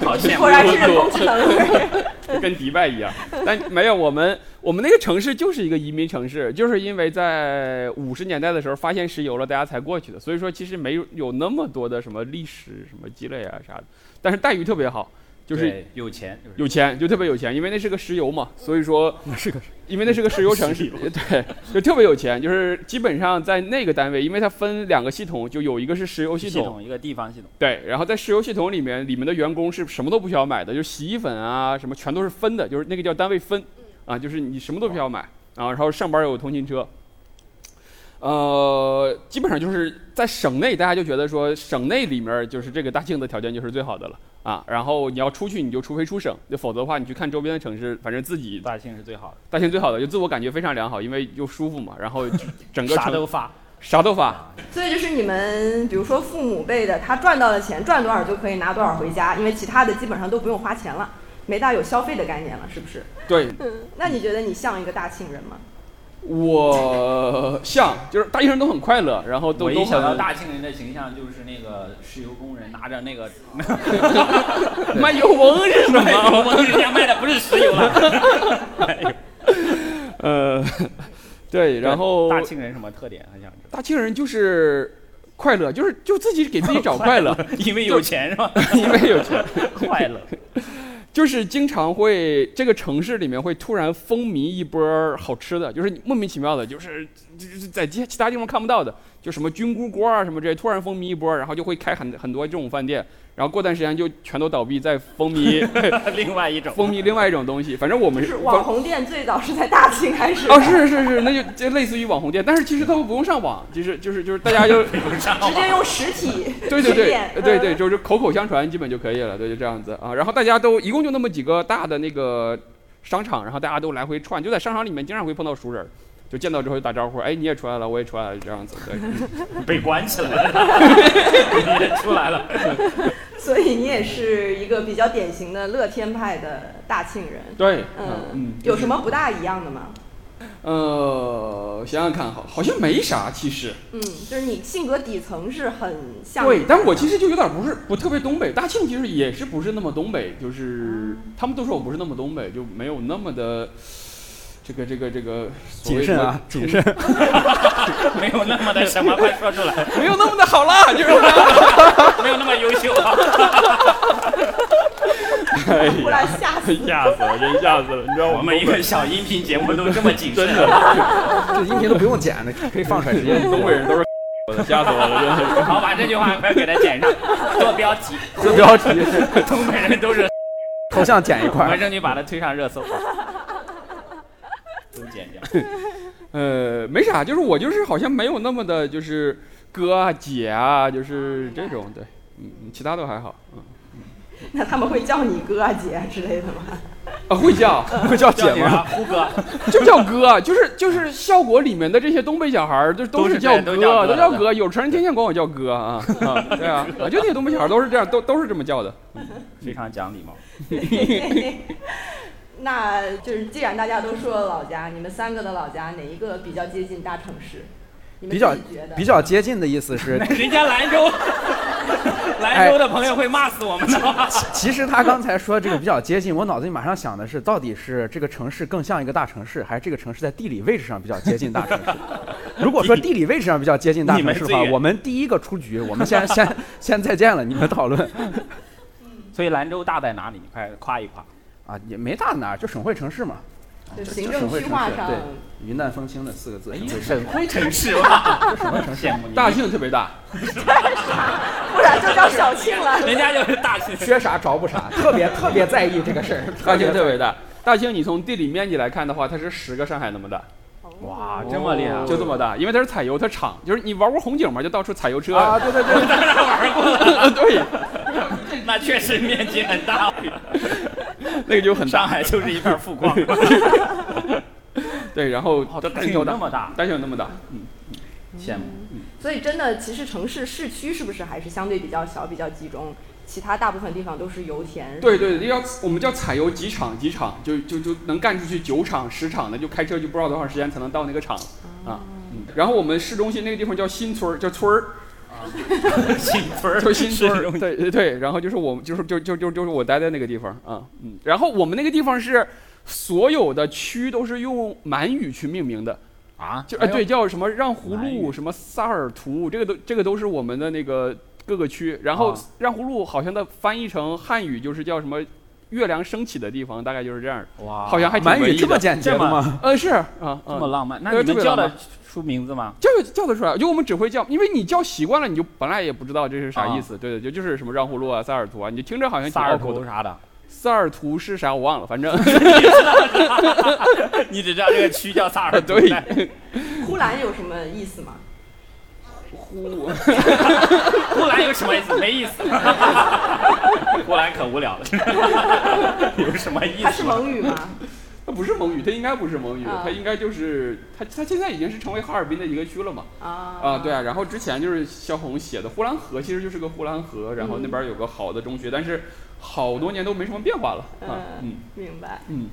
Speaker 4: 好羡慕。
Speaker 2: 果然是人工智 能。
Speaker 3: 跟迪拜一样， 但没有我们，我们那个城市就是一个移民城市，就是因为在五十年代的时候发现石油了，大家才过去的，所以说其实没有有那么多的什么历史什么积累啊啥的，但是待遇特别好，就是
Speaker 4: 对有钱，就是
Speaker 3: 有钱，就特别有钱，因为那是个石油嘛，所以说那是个，因为那是个 石油城市，对，就特别有钱，就是基本上在那个单位，因为它分两个系统，就有一个是石油
Speaker 4: 系统一个地方系统。
Speaker 3: 对，然后在石油系统里面，里面的员工是什么都不需要买的，就是洗衣粉啊什么全都是分的，就是那个叫单位分，啊，就是你什么都不需要买啊，然后上班有通勤车，呃，基本上就是在省内，大家就觉得说省内里面就是这个大庆的条件就是最好的了啊，然后你要出去你就除非出省，就否则的话你去看周边的城市，反正自己
Speaker 4: 大庆是最好
Speaker 3: 大庆最好的，就自我感觉非常良好，因为又舒服嘛，然后整
Speaker 4: 的，
Speaker 3: 个
Speaker 4: 啥
Speaker 3: 城
Speaker 4: 都发。
Speaker 3: 啥都发，
Speaker 2: 所以就是你们，比如说父母辈的，他赚到了钱，赚多少就可以拿多少回家，因为其他的基本上都不用花钱了，没大有消费的概念了，是不是？
Speaker 3: 对，
Speaker 2: 嗯，那你觉得你像一个大庆人吗？
Speaker 3: 我像就是大学生都很快乐，然后都
Speaker 4: 我一
Speaker 3: 都
Speaker 4: 想到
Speaker 3: 很
Speaker 4: 大庆人的形象，就是那个石油工人拿着那 个
Speaker 3: 卖油翁是 什
Speaker 4: 卖油
Speaker 3: 么？
Speaker 4: 翁，人家卖的不是石油 了。
Speaker 3: 呃，对，然后
Speaker 4: 大庆人什么特点？啊很想知道。
Speaker 3: 大庆人就是快乐，就是就自己给自己找 快乐，
Speaker 4: 因为有钱是 吧？
Speaker 3: 因为有钱，
Speaker 4: 快乐。
Speaker 3: 就是经常会这个城市里面会突然风靡一波好吃的，就是你莫名其妙的，就是就是在其其他地方看不到的，就什么菌菇锅啊什么这些，突然风靡一波，然后就会开很很多这种饭店，然后过段时间就全都倒闭，再风靡
Speaker 4: 另外一种
Speaker 3: 风靡另外一种东西，反正我们
Speaker 2: 就是网红店最早是在大庆开 始的，
Speaker 3: 哦，是是是，那就就类似于网红店，但是其实他们不用上网，就是就是就是大家就
Speaker 2: 直接用实体
Speaker 3: 对
Speaker 2: 实
Speaker 3: 对对
Speaker 2: 点
Speaker 3: 对
Speaker 2: 嗯
Speaker 3: 对，就是口口相传基本就可以了，对，就这样子啊。然后大家都一共就那么几个大的那个商场，然后大家都来回串，就在商场里面经常会碰到熟人儿，就见到之后就打招呼，哎，你也出来了，我也出来了，就这样子，对。
Speaker 4: 被关起来了，你 也出来了。
Speaker 2: 所以你也是一个比较典型的乐天派的大庆人。
Speaker 3: 对，
Speaker 2: 嗯
Speaker 3: 嗯，
Speaker 2: 有什么不大一样的吗？
Speaker 3: 呃，想想看，好，好像没啥，其实。
Speaker 2: 嗯，就是你性格底层是很像。
Speaker 3: 对，但我其实就有点不是不特别东北，大庆其实也是不是那么东北，就是他们都说我不是那么东北，就没有那么的这个这个这个所谓
Speaker 5: 谨慎
Speaker 3: 的
Speaker 5: 啊，谨慎。
Speaker 4: 没有那么的什么，快说出来，
Speaker 3: 没有那么的好啦，就是
Speaker 4: 没有那么优秀 啊！
Speaker 2: 忽然吓死。
Speaker 3: 吓死了，真吓死了，你知道
Speaker 4: 我们一个小音频节目都这么谨慎，
Speaker 3: 真的
Speaker 5: 这音频都不用剪的，可以放出来直 接
Speaker 3: 东北人都是我的，吓死我了，真的是。
Speaker 4: 啊好，把这句话快给它剪上，做标题。
Speaker 5: 做标题，
Speaker 4: 东北人都是，
Speaker 5: 头像剪一
Speaker 4: 我 们
Speaker 5: 块。
Speaker 4: 争取把它推上热搜。都剪 掉，
Speaker 3: 呃，没啥，就是我就是好像没有那么的，就是哥啊姐啊，就是这种对，嗯，其他都还好，嗯。
Speaker 2: 那他们会叫你哥啊姐啊之类的吗？
Speaker 3: 啊，会 叫会叫姐
Speaker 4: 你
Speaker 3: 吗
Speaker 4: 啥？？胡哥，
Speaker 3: 就叫哥，啊就是就是效果里面的这些东北小孩儿，就都
Speaker 4: 都
Speaker 3: 是
Speaker 4: 是
Speaker 3: 叫
Speaker 4: 这
Speaker 3: 哥，啊
Speaker 4: 样都叫哥
Speaker 3: 都叫哥。有成人天天管我叫哥啊啊，对啊，啊，就那些东北小孩儿都是这样，都都是这么叫的。
Speaker 4: 非常讲 礼貌。
Speaker 2: 那就是既然大家都说了老家，你们三个的老家哪一个比较接近大城市？你们
Speaker 5: 比较
Speaker 2: 自己觉得
Speaker 5: 比较接近的意思是，
Speaker 4: 人家兰州， 兰州的朋友会骂死我们
Speaker 3: 哎
Speaker 4: 的。
Speaker 5: 其实他刚才说这个比较接近，我脑子里马上想的是，到底是这个城市更像一个大城市，还是这个城市在地理位置上比较接近大城市？如果说地理位置上比较接近大城市的话
Speaker 4: 你们最，远
Speaker 5: 我们第一个出局，我们先先先再见了，你们讨论
Speaker 4: 所以兰州大在哪里？你快夸一夸。
Speaker 5: 啊，也没大哪儿，就省会城市嘛，
Speaker 2: 就
Speaker 5: 就
Speaker 2: 行
Speaker 5: 就
Speaker 2: 政
Speaker 5: 省会
Speaker 2: 区
Speaker 5: 城
Speaker 2: 划
Speaker 5: 市
Speaker 2: 上，
Speaker 5: 对，云淡风轻的四
Speaker 2: 哎
Speaker 5: 个字，省会
Speaker 4: 哎省会城市吧？
Speaker 5: 省会城市
Speaker 4: 羡。慕你。
Speaker 3: 大庆特别大，
Speaker 2: 不然就叫小庆了。
Speaker 4: 人家就是大庆。
Speaker 5: 缺啥着补啥，特别特别在意这个事儿。
Speaker 3: 大庆 特别大。大庆，你从地理面积来看的话，它是十个上海那么大，
Speaker 4: 哦哇，这么厉害！
Speaker 3: 就这么大，因为它是采油，它厂，就是你玩过红警吗？就到处采油车
Speaker 5: 啊，对对对，
Speaker 4: 当然玩过了，
Speaker 3: 对，
Speaker 4: 那确实面积很大。
Speaker 3: 那个就很大。
Speaker 4: 上海就是一片富 矿。
Speaker 3: 对，然后
Speaker 4: 哦，
Speaker 3: 大
Speaker 4: 大
Speaker 3: 庆
Speaker 4: 庆
Speaker 3: 又
Speaker 4: 有
Speaker 3: 大
Speaker 4: 那，么大，
Speaker 3: 大庆有那么大，
Speaker 4: 羡慕。
Speaker 2: 所以真的，其实城市市区是不是还是相对比较小、比较集中？其他大部分地方都是油田。
Speaker 3: 对对，要我们叫采油几场几场，就就就能干出去九场十场的，就开车就不知道多长时间才能到那个厂啊。嗯然后我们市中心那个地方叫新村儿，叫村儿，
Speaker 4: 新村儿
Speaker 3: 叫新 村
Speaker 4: 是
Speaker 3: 儿。
Speaker 4: 用
Speaker 3: 对对对，然后就是我们就是就就就就是我待在那个地方啊，嗯。然后我们那个地方是所有的区都是用满语去命名的，
Speaker 4: 啊，
Speaker 3: 就哎对，叫什么让胡
Speaker 4: 满语
Speaker 3: 路，什么萨尔图，这个都这个都是我们的那个各个区。然后
Speaker 4: 啊
Speaker 3: 让胡路好像它翻译成汉语就是叫什么月亮升起的地方，大概就是这样的。
Speaker 4: 哇，
Speaker 3: 好像还挺
Speaker 5: 满语
Speaker 3: 文艺
Speaker 5: 这么
Speaker 3: 的。
Speaker 5: 简洁的吗？
Speaker 3: 呃，是啊啊，
Speaker 4: 嗯这么浪漫。那
Speaker 3: 对
Speaker 4: 你
Speaker 3: 特
Speaker 4: 们
Speaker 3: 别
Speaker 4: 叫
Speaker 3: 浪
Speaker 4: 得出名字吗？
Speaker 3: 叫叫得出来，就我们只会叫，因为你叫习惯了，你就本来也不知道这是啥意思。对对，就就是什么让胡路啊、萨尔图啊，你就听着好像挺
Speaker 4: 萨
Speaker 3: 拗
Speaker 4: 尔
Speaker 3: 口
Speaker 4: 图
Speaker 3: 的。
Speaker 4: 啥的？
Speaker 3: 萨尔图是啥我忘了，反正
Speaker 4: 你只知道这个区叫萨 尔图。
Speaker 3: 对
Speaker 2: 呼兰有什么意思吗？
Speaker 3: 呼
Speaker 4: 呼兰有什么意思？没意思。 呼兰可无聊了， 有什么意
Speaker 2: 它
Speaker 4: 思
Speaker 2: 是
Speaker 4: 吗？
Speaker 2: 蒙语吗？
Speaker 3: 它不是蒙语，它应该不是蒙语，
Speaker 2: 啊
Speaker 3: 它应该就是它它现在已经是成为哈尔滨的一个区了嘛。
Speaker 2: 啊
Speaker 3: 啊，对啊，然后之前就是萧红写的《呼兰河》，其实就是个呼兰河，然后那边有个好的中学，但是好多年都没什么变化了啊。
Speaker 2: 嗯
Speaker 3: 嗯，
Speaker 2: 明白。
Speaker 3: 嗯，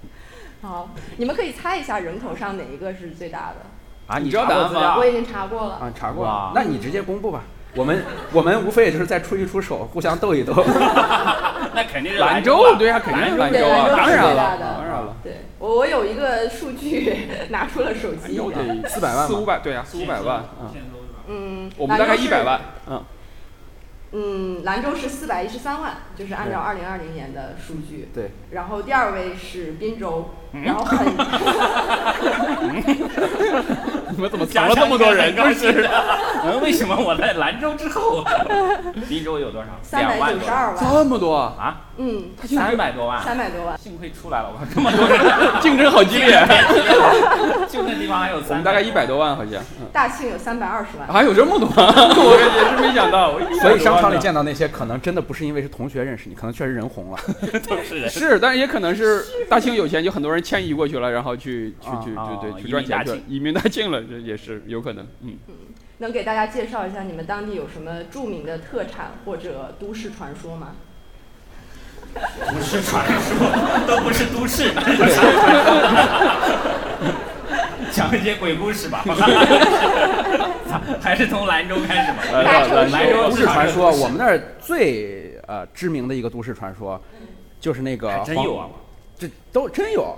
Speaker 2: 好，你们可以猜一下人口上哪一个是最大的？
Speaker 4: 啊，
Speaker 3: 你
Speaker 4: 你
Speaker 3: 知道
Speaker 4: 查过
Speaker 3: 答案
Speaker 4: 资
Speaker 3: 吗
Speaker 4: 料
Speaker 2: 我已经查过了。
Speaker 5: 啊，查过
Speaker 4: 哇
Speaker 5: 了，那你直接公布吧。我们我们无非也就是再出一出手，互相斗一 斗。
Speaker 4: 那肯定是
Speaker 3: 兰
Speaker 4: 州
Speaker 3: 州
Speaker 4: 啊
Speaker 3: 对啊，肯定是兰
Speaker 2: 州
Speaker 3: 州
Speaker 2: 对
Speaker 3: 啊，
Speaker 2: 兰州
Speaker 3: 当
Speaker 2: 是
Speaker 3: 然
Speaker 2: 最
Speaker 3: 了
Speaker 2: 大，的
Speaker 3: 当然了，
Speaker 2: 对，我我有一个数据 拿出了手
Speaker 3: 兰
Speaker 2: 机
Speaker 3: 州，得
Speaker 5: 400万吧
Speaker 3: 四五百，对啊，四五百万啊，
Speaker 2: 嗯，
Speaker 3: 我们大概
Speaker 2: 兰州
Speaker 3: 一
Speaker 2: 是
Speaker 3: 百万，嗯，
Speaker 2: 嗯，兰州是四百一十三万，就是按照二零二零年的数据。
Speaker 5: 对。
Speaker 2: 然后第二位是滨州，
Speaker 3: 嗯
Speaker 2: 然后 很，
Speaker 3: 你们怎么藏
Speaker 4: 讲
Speaker 3: 了这么多人？就
Speaker 4: 就是是， 嗯，为什么我在兰州之后？滨州有多少？
Speaker 2: 三百
Speaker 4: 两万
Speaker 2: 九
Speaker 4: 多
Speaker 2: 十二万，
Speaker 3: 这么多啊，
Speaker 4: 啊，
Speaker 2: 嗯，
Speaker 4: 三百多万。
Speaker 2: 三百多万。
Speaker 4: 幸亏出来了，我这么多人，
Speaker 3: 竞争 好激烈，
Speaker 4: 就那地方还有
Speaker 3: 我
Speaker 4: 三
Speaker 3: 们
Speaker 4: 百，
Speaker 3: 大概一百多万好像，嗯
Speaker 2: 大庆有三百二十万，
Speaker 3: 还有这么多， 我也是没想到，我
Speaker 5: 所以商场里
Speaker 3: 见
Speaker 5: 见到那些，可能真的不是因为是同学认识你，可能确实人红了。
Speaker 4: 都是人。
Speaker 3: 是，但是也可能是大庆有钱，就很多人迁移过去了，然后去去
Speaker 5: 啊
Speaker 3: 去
Speaker 4: 啊
Speaker 3: 对
Speaker 4: 移
Speaker 3: 对去
Speaker 4: 民
Speaker 3: 赚
Speaker 4: 大
Speaker 3: 钱去了
Speaker 4: 庆，
Speaker 3: 移民大庆了，这也是有可能，嗯。
Speaker 2: 能给大家介绍一下你们当地有什么著名的特产或者都市传说吗？
Speaker 4: 不是传说，都不是都市，讲一些鬼故事吧。还是从兰州开始吧。
Speaker 2: 大城
Speaker 4: 兰州
Speaker 2: 市
Speaker 5: 都市传说，
Speaker 4: 是
Speaker 5: 我们那儿最呃知名的一个都市传说，就是那个
Speaker 4: 还真
Speaker 5: 黄
Speaker 4: 有啊，
Speaker 5: 这都真有。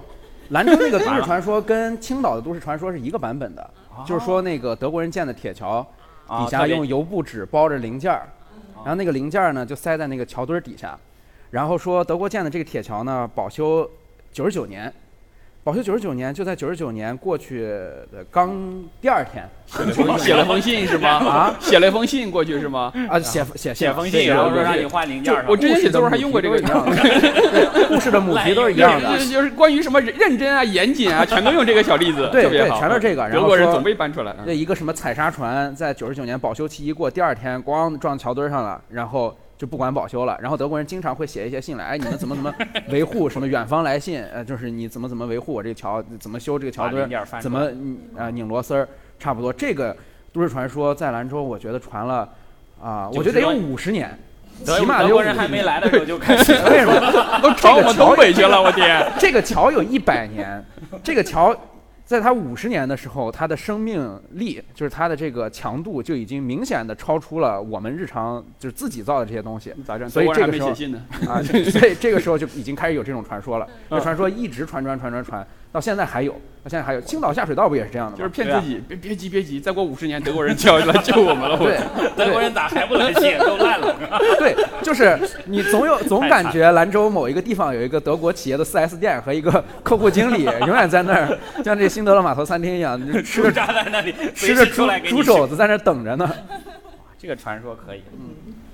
Speaker 5: 兰州那个都市传说跟青岛的都市传说是一个版本的，就是说那个德国人建的铁桥，
Speaker 4: 啊
Speaker 5: 底下用油布纸包着零件儿，然后那个零件儿呢就塞在那个桥墩儿底下，然后说德国建的这个铁桥呢保修九十九年，保修九十九年就在九十九年过去的刚第二天
Speaker 3: 写了封信是吗？
Speaker 5: 啊，
Speaker 3: 写了封信过去是吗？
Speaker 5: 啊写写啊
Speaker 4: 写封信，
Speaker 5: 写
Speaker 4: 然后
Speaker 5: 邮
Speaker 4: 说
Speaker 5: 件
Speaker 4: 让你换零
Speaker 3: 就
Speaker 4: 件儿。
Speaker 3: 我之前写作文还用过这个
Speaker 5: 故事的母题都是一样的，对
Speaker 3: 就。
Speaker 5: 故事的母题都是一样的
Speaker 3: 是就是关于什么认真啊、严谨 啊，全都用这个小例子，
Speaker 5: 对
Speaker 3: 特别
Speaker 5: 对
Speaker 3: 好。
Speaker 5: 全都是这个然后
Speaker 3: 德国人
Speaker 5: 说
Speaker 3: 总被搬出来。
Speaker 4: 嗯
Speaker 5: 这一个什么采砂船在九十九年保修期一过，第二天咣撞桥墩儿上了，然后就不管保修了。然后德国人经常会写一些信来，哎，你们怎么 怎么维护什么远方来信，呃，就是你怎么怎么维护我这个桥，怎么修这个桥墩
Speaker 4: 把零件
Speaker 5: 儿
Speaker 4: 儿翻，
Speaker 5: 怎
Speaker 4: 出来
Speaker 5: 么嗯呃拧螺丝儿，差不多。这个都市传说在兰州，我觉得传了啊、我觉得得有
Speaker 4: 90
Speaker 5: 五十年，
Speaker 4: 德
Speaker 5: 起码得
Speaker 4: 德
Speaker 5: 有
Speaker 4: 国
Speaker 5: 五
Speaker 4: 人
Speaker 5: 十
Speaker 4: 还没
Speaker 5: 年。
Speaker 4: 来的时候就开始
Speaker 5: 为什么都
Speaker 3: 朝我们东北去了，我 天！
Speaker 5: 这个桥有一百年， 这个桥在它五十年的时候，它的生命力就是它的这个强度就已经明显的超出了我们日常就是自己造的这些东西
Speaker 3: 咋整？
Speaker 5: 所以
Speaker 3: 德国人
Speaker 5: 这
Speaker 3: 嗯还没
Speaker 5: 个时候
Speaker 3: 写信呢。
Speaker 5: 啊，所以 这个时候就已经开始有这种传说了。
Speaker 3: 嗯
Speaker 5: 这传说一直传传传传传，到现在还有，到现在还有。青岛下水道不也是这样的
Speaker 3: 就是
Speaker 5: 吗？
Speaker 3: 骗
Speaker 4: 对啊
Speaker 3: 自己，别别急别急，再过五十年德国人就要来救我们了。我
Speaker 5: 对
Speaker 4: 德国人咋还不来信？都烂了。
Speaker 5: 对，就是你总有总感觉兰州某一个地方有一个德国企业的 4S 店和一个客户经理，永远在那儿像这新德勒码头餐厅一样，就吃
Speaker 4: 猪
Speaker 5: 着
Speaker 4: 扎在那里，随
Speaker 5: 吃着
Speaker 4: 时出
Speaker 5: 猪
Speaker 4: 来给你
Speaker 5: 猪
Speaker 4: 吃
Speaker 5: 肘子在那儿等着呢。
Speaker 4: 这个传说可以，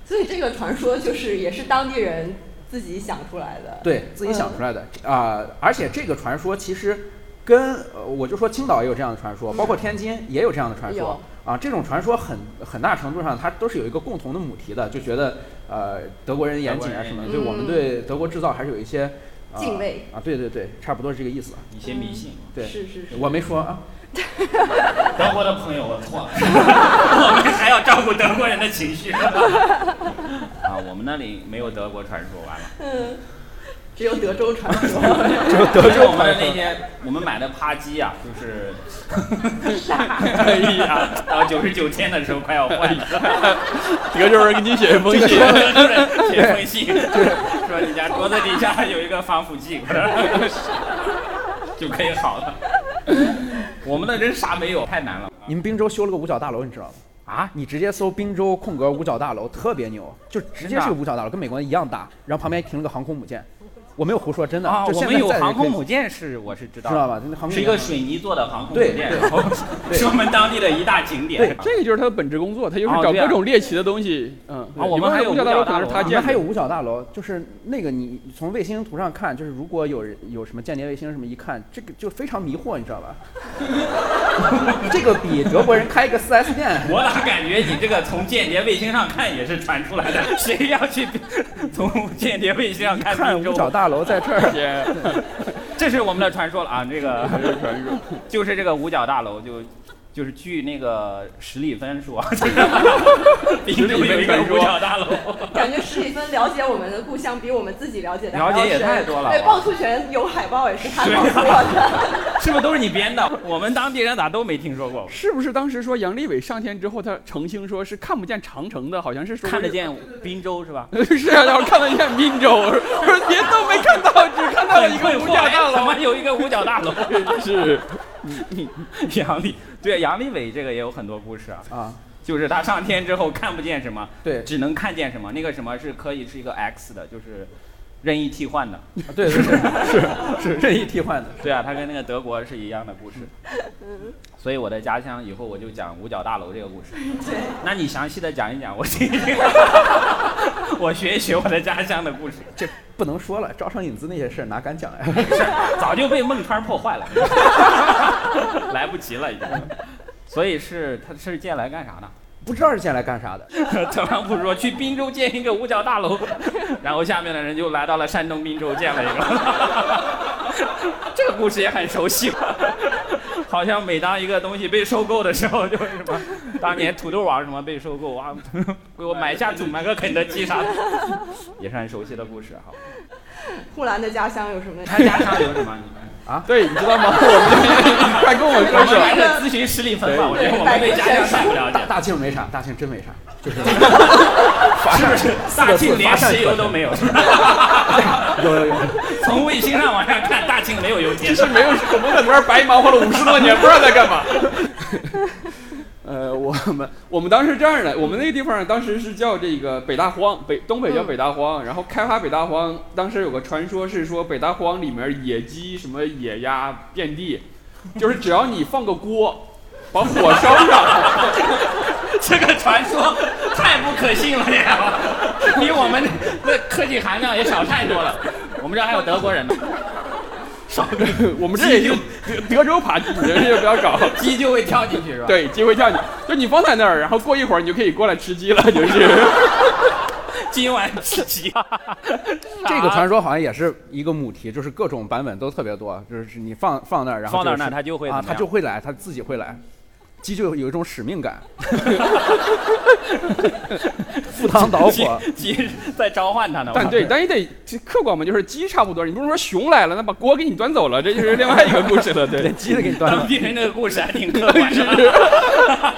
Speaker 2: 所以这个传说就是也是当地人自己想出来的。
Speaker 5: 对自己想出来的啊、而且这个传说其实跟呃我就说青岛也有这样的传说，包括天津嗯也有这样的传说啊。这种传说很很大程度上它都是有一个共同的母题的，就觉得呃德国人严谨啊什么的，
Speaker 2: 德国人
Speaker 5: 对我们对德国制造还是有一些、呃
Speaker 2: 敬畏
Speaker 5: 啊。对对对，差不多是这个意思。啊
Speaker 4: 你先迷信。
Speaker 5: 对，
Speaker 2: 是是是
Speaker 5: 我没说啊。
Speaker 4: 德国的朋友，我 错了，我们还要照顾德国人的情绪。 啊，我们那里没有德国传说，完了。
Speaker 2: 只有德州传 说。
Speaker 4: 德州我们的那些我们买的扒鸡啊，就是， 哎呀，到九十九天的时候快要换了，
Speaker 3: 德州人给你写一封
Speaker 4: 德
Speaker 3: 信，
Speaker 4: 州人写封信， 说你家桌子底下有一个防腐 剂，就可以好 了。我们那真啥没有，太难了
Speaker 5: 你们滨州修了个五角大楼，你知道吗？
Speaker 4: 啊！
Speaker 5: 你直接搜滨州空格五角大楼，特别牛，就直接是个五角大楼，跟美国一样大，然后旁边停了个航空母舰。我没有胡说，真的。
Speaker 4: 啊，
Speaker 5: 就
Speaker 4: 我
Speaker 5: 现在
Speaker 4: 们有
Speaker 5: 在
Speaker 4: 航空
Speaker 5: 舰。
Speaker 4: 母舰是我是知道
Speaker 5: 知
Speaker 4: 的
Speaker 5: 道吧？那航空
Speaker 4: 是一
Speaker 5: 母
Speaker 4: 个
Speaker 5: 舰
Speaker 4: 水泥做的航空
Speaker 5: 对
Speaker 4: 母舰，
Speaker 5: 对
Speaker 4: 然后
Speaker 5: 对
Speaker 4: 是我们当地的一大景点。
Speaker 5: 对
Speaker 3: 这个就是他的本职工作，他就是
Speaker 4: 哦
Speaker 3: 找
Speaker 4: 对啊
Speaker 3: 各种猎奇的东西。嗯，
Speaker 4: 啊
Speaker 5: 哦
Speaker 4: 我们
Speaker 3: 你问
Speaker 4: 还有
Speaker 3: 五角大
Speaker 4: 五角
Speaker 3: 楼可
Speaker 4: 大
Speaker 3: 能
Speaker 4: 楼
Speaker 3: 是他
Speaker 5: 里面
Speaker 3: 建
Speaker 5: 啊还有
Speaker 3: 的。
Speaker 5: 五角大楼，就是那个你从卫星图上看，就是如果有人有什么间谍卫星什么一看，这个就非常迷惑，你知道吧？ 这个比德国人开一个4 S 店，
Speaker 4: 我咋感觉你这个从间谍卫星上看也是传出来 的？谁要去从间谍卫星上 看
Speaker 5: 看
Speaker 4: 滨
Speaker 5: 五
Speaker 4: 州？
Speaker 5: 角大楼在这儿，
Speaker 3: 天
Speaker 4: 这是我们的传说了啊！这个就是这个五角大楼，就就是据那个史蒂芬说， 滨州啊有一个五角大楼。
Speaker 5: 啊
Speaker 2: 感觉史蒂芬了解我们的故乡比我们自己了解的还要
Speaker 4: 了解也
Speaker 2: 深
Speaker 4: 太多了
Speaker 2: 对，
Speaker 4: 哇
Speaker 2: 趵突泉有海报也是他告诉我的。
Speaker 4: 是不是都是你编的？我们当地人咋都没听说过？
Speaker 3: 是不是当时说杨利伟上天之后，他澄清说是看不见长城的，好像是说
Speaker 4: 看得。见滨州是吧？
Speaker 3: 是啊，然后看得见滨州，我说别都没看到，只看到了一个五角
Speaker 5: 哎
Speaker 3: 大
Speaker 4: 怎
Speaker 3: 楼。
Speaker 4: 么有一个五角大楼？
Speaker 3: 是，
Speaker 4: 杨利对杨利伟这个也有很多故事啊，
Speaker 5: 啊，
Speaker 4: 就是他上天之后看不见什么，
Speaker 5: 对
Speaker 4: 只能看见什么，那个什么是可以是一个 X 的，就是任意替换的。
Speaker 5: 对对对，是是任意替换的。
Speaker 4: 对啊，他跟那个德国是一样的故事。 所以我的家乡以后我就讲五角大楼这个故事。
Speaker 2: 对，
Speaker 4: 那你详细的讲一讲，我听一听， 我学一学我的家乡的故事。
Speaker 5: 这不能说了，招商引资那些事儿哪敢讲呀？
Speaker 4: 早就被孟川破坏了，来不及了已经。所以是他是进来干啥呢？
Speaker 5: 不知道是进来干啥的。
Speaker 4: 特朗普说去滨州建一个五角大楼，然后下面的人就来到了山东滨州建了一个。 这个故事也很熟悉， 好像每当一个东西被收购的时候，就是什么当年土豆网什么被收购啊，给我买下祖买个肯德基啥的，也是很熟悉的故事哈。
Speaker 2: 呼兰的家乡有什么？
Speaker 4: 他家乡有什么？你们
Speaker 3: 对，你知道吗？ 我们快跟我
Speaker 4: 我
Speaker 3: 说
Speaker 4: 们
Speaker 3: 说。
Speaker 4: 还是咨询史蒂芬吧，我觉得我们对家乡太不了解
Speaker 5: 大。大庆没啥，大庆真没啥，就是
Speaker 4: 是不是？大庆连石油都没有，
Speaker 5: 有有有。
Speaker 4: 从卫星上往上看，大庆没有油田。
Speaker 3: 是没有，我们在那边白忙活了五十多年，不知道在干嘛。呃，我们我们当时这样的，我们那个地方当时是叫这个北大荒，北东北叫北大荒，然后开发北大荒，当时有个传说是说北大荒里面野鸡什么野鸭遍地，就是只要你放个锅，把火烧上，
Speaker 4: 这个传说太不可信了呀，比我们的科技含量也少太多了。我们这还有德国人呢，少个
Speaker 3: 我们这也就德德州扒鸡，你这就不要搞。
Speaker 4: 鸡就会跳进去是吧？，
Speaker 3: 对，鸡会叫你，就你放在那儿，然后过一会儿你就可以过来吃鸡了，就是。
Speaker 4: 今晚几集？
Speaker 5: 这个传说好像也是一个母题，就是各种版本都特别多，就是你放放那儿，然后
Speaker 4: 放那儿
Speaker 5: 就是
Speaker 4: 那它就会怎
Speaker 5: 啊，
Speaker 4: 么
Speaker 5: 它
Speaker 4: 样
Speaker 5: 就会来，它自己会来。鸡就有一种使 命感，赴汤 蹈火。
Speaker 4: 鸡鸡在召唤他呢。
Speaker 3: 但对，但也得这客观嘛，就是鸡差不多，你不能说熊来了，那把锅给你端走了，这就是另外一个故事了，对，
Speaker 5: 鸡的给你端
Speaker 4: 当
Speaker 5: 了，
Speaker 4: 地人这个故事还挺客观的，啊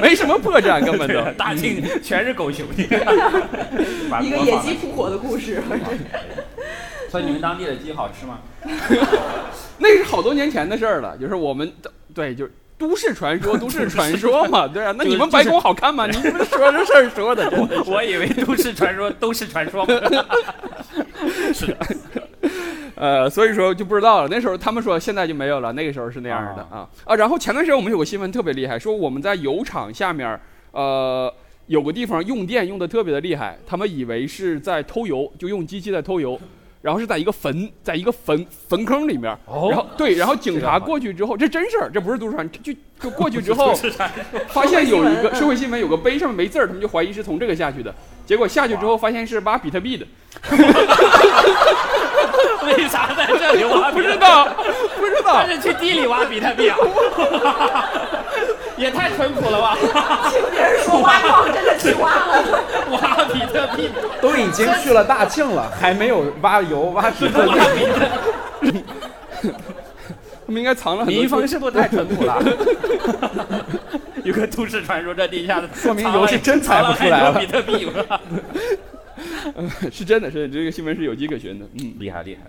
Speaker 3: 没什么破绽，根本都。
Speaker 4: 对啊大庆全是狗熊。 把
Speaker 2: 一个
Speaker 4: 锅
Speaker 2: 野
Speaker 4: 放
Speaker 2: 鸡扑火的故事。
Speaker 4: 那，所以你们当地的鸡好吃吗？
Speaker 3: 那是好多年前的事儿了，就是我们的对，就是都市传说，都市传说嘛，对啊。那
Speaker 4: 就是
Speaker 3: 你们白宫好看吗？你们说这事儿说的，真 的
Speaker 4: 我以为都市传 说都是传说嘛。是的，
Speaker 3: 呃，所以说就不知道了。那时候他们说现在就没有了，那个时候是那样的啊啊。然后前段时间我们有个新闻特别厉害，说我们在油厂下面儿，呃。有个地方用电用的特别的厉害，他们以为是在偷油，就用机器在偷油，然后是在一个坟，在一个坟坟坑里面，
Speaker 4: 哦
Speaker 3: 然后对，然后警
Speaker 4: 这个好
Speaker 3: 察过去之后，这真事儿，这不是都市传，就就过去之后
Speaker 4: 都，市传说
Speaker 3: 发现有一个
Speaker 2: 嗯
Speaker 3: 社会新闻有个碑上面没字儿，他们就怀疑是从这个下去的。结果下去之后发现是挖比特币的，
Speaker 4: 为啥在这里挖？
Speaker 3: 不知，道，不知道
Speaker 4: 他。是去地里挖比特币啊？也太淳朴了吧！
Speaker 2: 别人说挖矿真的去挖了，
Speaker 4: 挖比特币，
Speaker 5: 都已经去了大庆了，还没有挖油挖 皮特
Speaker 4: 挖比特币，
Speaker 3: 他们应该藏了很多。
Speaker 4: 民风是不是太淳朴了？ 有个都市传说，这地下
Speaker 5: 说明油是真采不出来了
Speaker 4: 藏很多比特币吧，
Speaker 3: 是真的，是这个新闻是有迹可循的。嗯，
Speaker 4: 厉害厉害！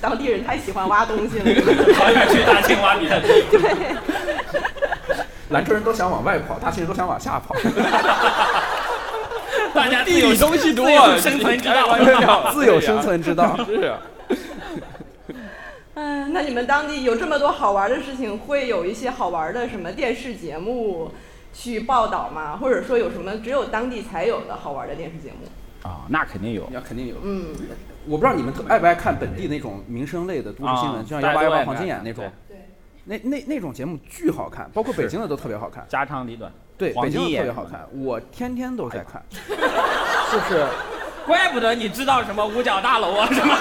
Speaker 2: 当地人太喜欢挖东西了。
Speaker 4: 好想去大庆挖比特币。
Speaker 5: 兰州人都想往外跑，大庆人都想往下 跑，
Speaker 4: 大家
Speaker 3: 地理东西多
Speaker 4: 自
Speaker 3: 啊，
Speaker 4: 由生存之道
Speaker 3: 哎完全了
Speaker 5: 自有生存之道。
Speaker 3: 是啊。
Speaker 2: 嗯，那你们当地有这么多好玩的事情，会有一些好玩的什么电视节目去报道吗？或者说有什么只有当地才有的好玩的电视节目？
Speaker 4: 啊，那肯定有
Speaker 5: 你要肯定有，
Speaker 2: 嗯，
Speaker 5: 我不知道你们特爱不爱看本地那种民生类的都市新闻，
Speaker 4: 啊
Speaker 5: 就像
Speaker 4: 大
Speaker 5: 幺
Speaker 4: 家
Speaker 5: 八
Speaker 4: 都
Speaker 5: 幺
Speaker 4: 爱
Speaker 5: 八
Speaker 4: 看
Speaker 5: 黄金眼那种，那那那种节目巨好看，包括北京的都特别好看。
Speaker 4: 家长里短。
Speaker 5: 对，
Speaker 4: 黄
Speaker 5: 北京
Speaker 4: 金
Speaker 5: 的
Speaker 4: 眼
Speaker 5: 特别好看，我天天都在看，就是
Speaker 4: 怪不得你知道什么五角大楼啊 什么，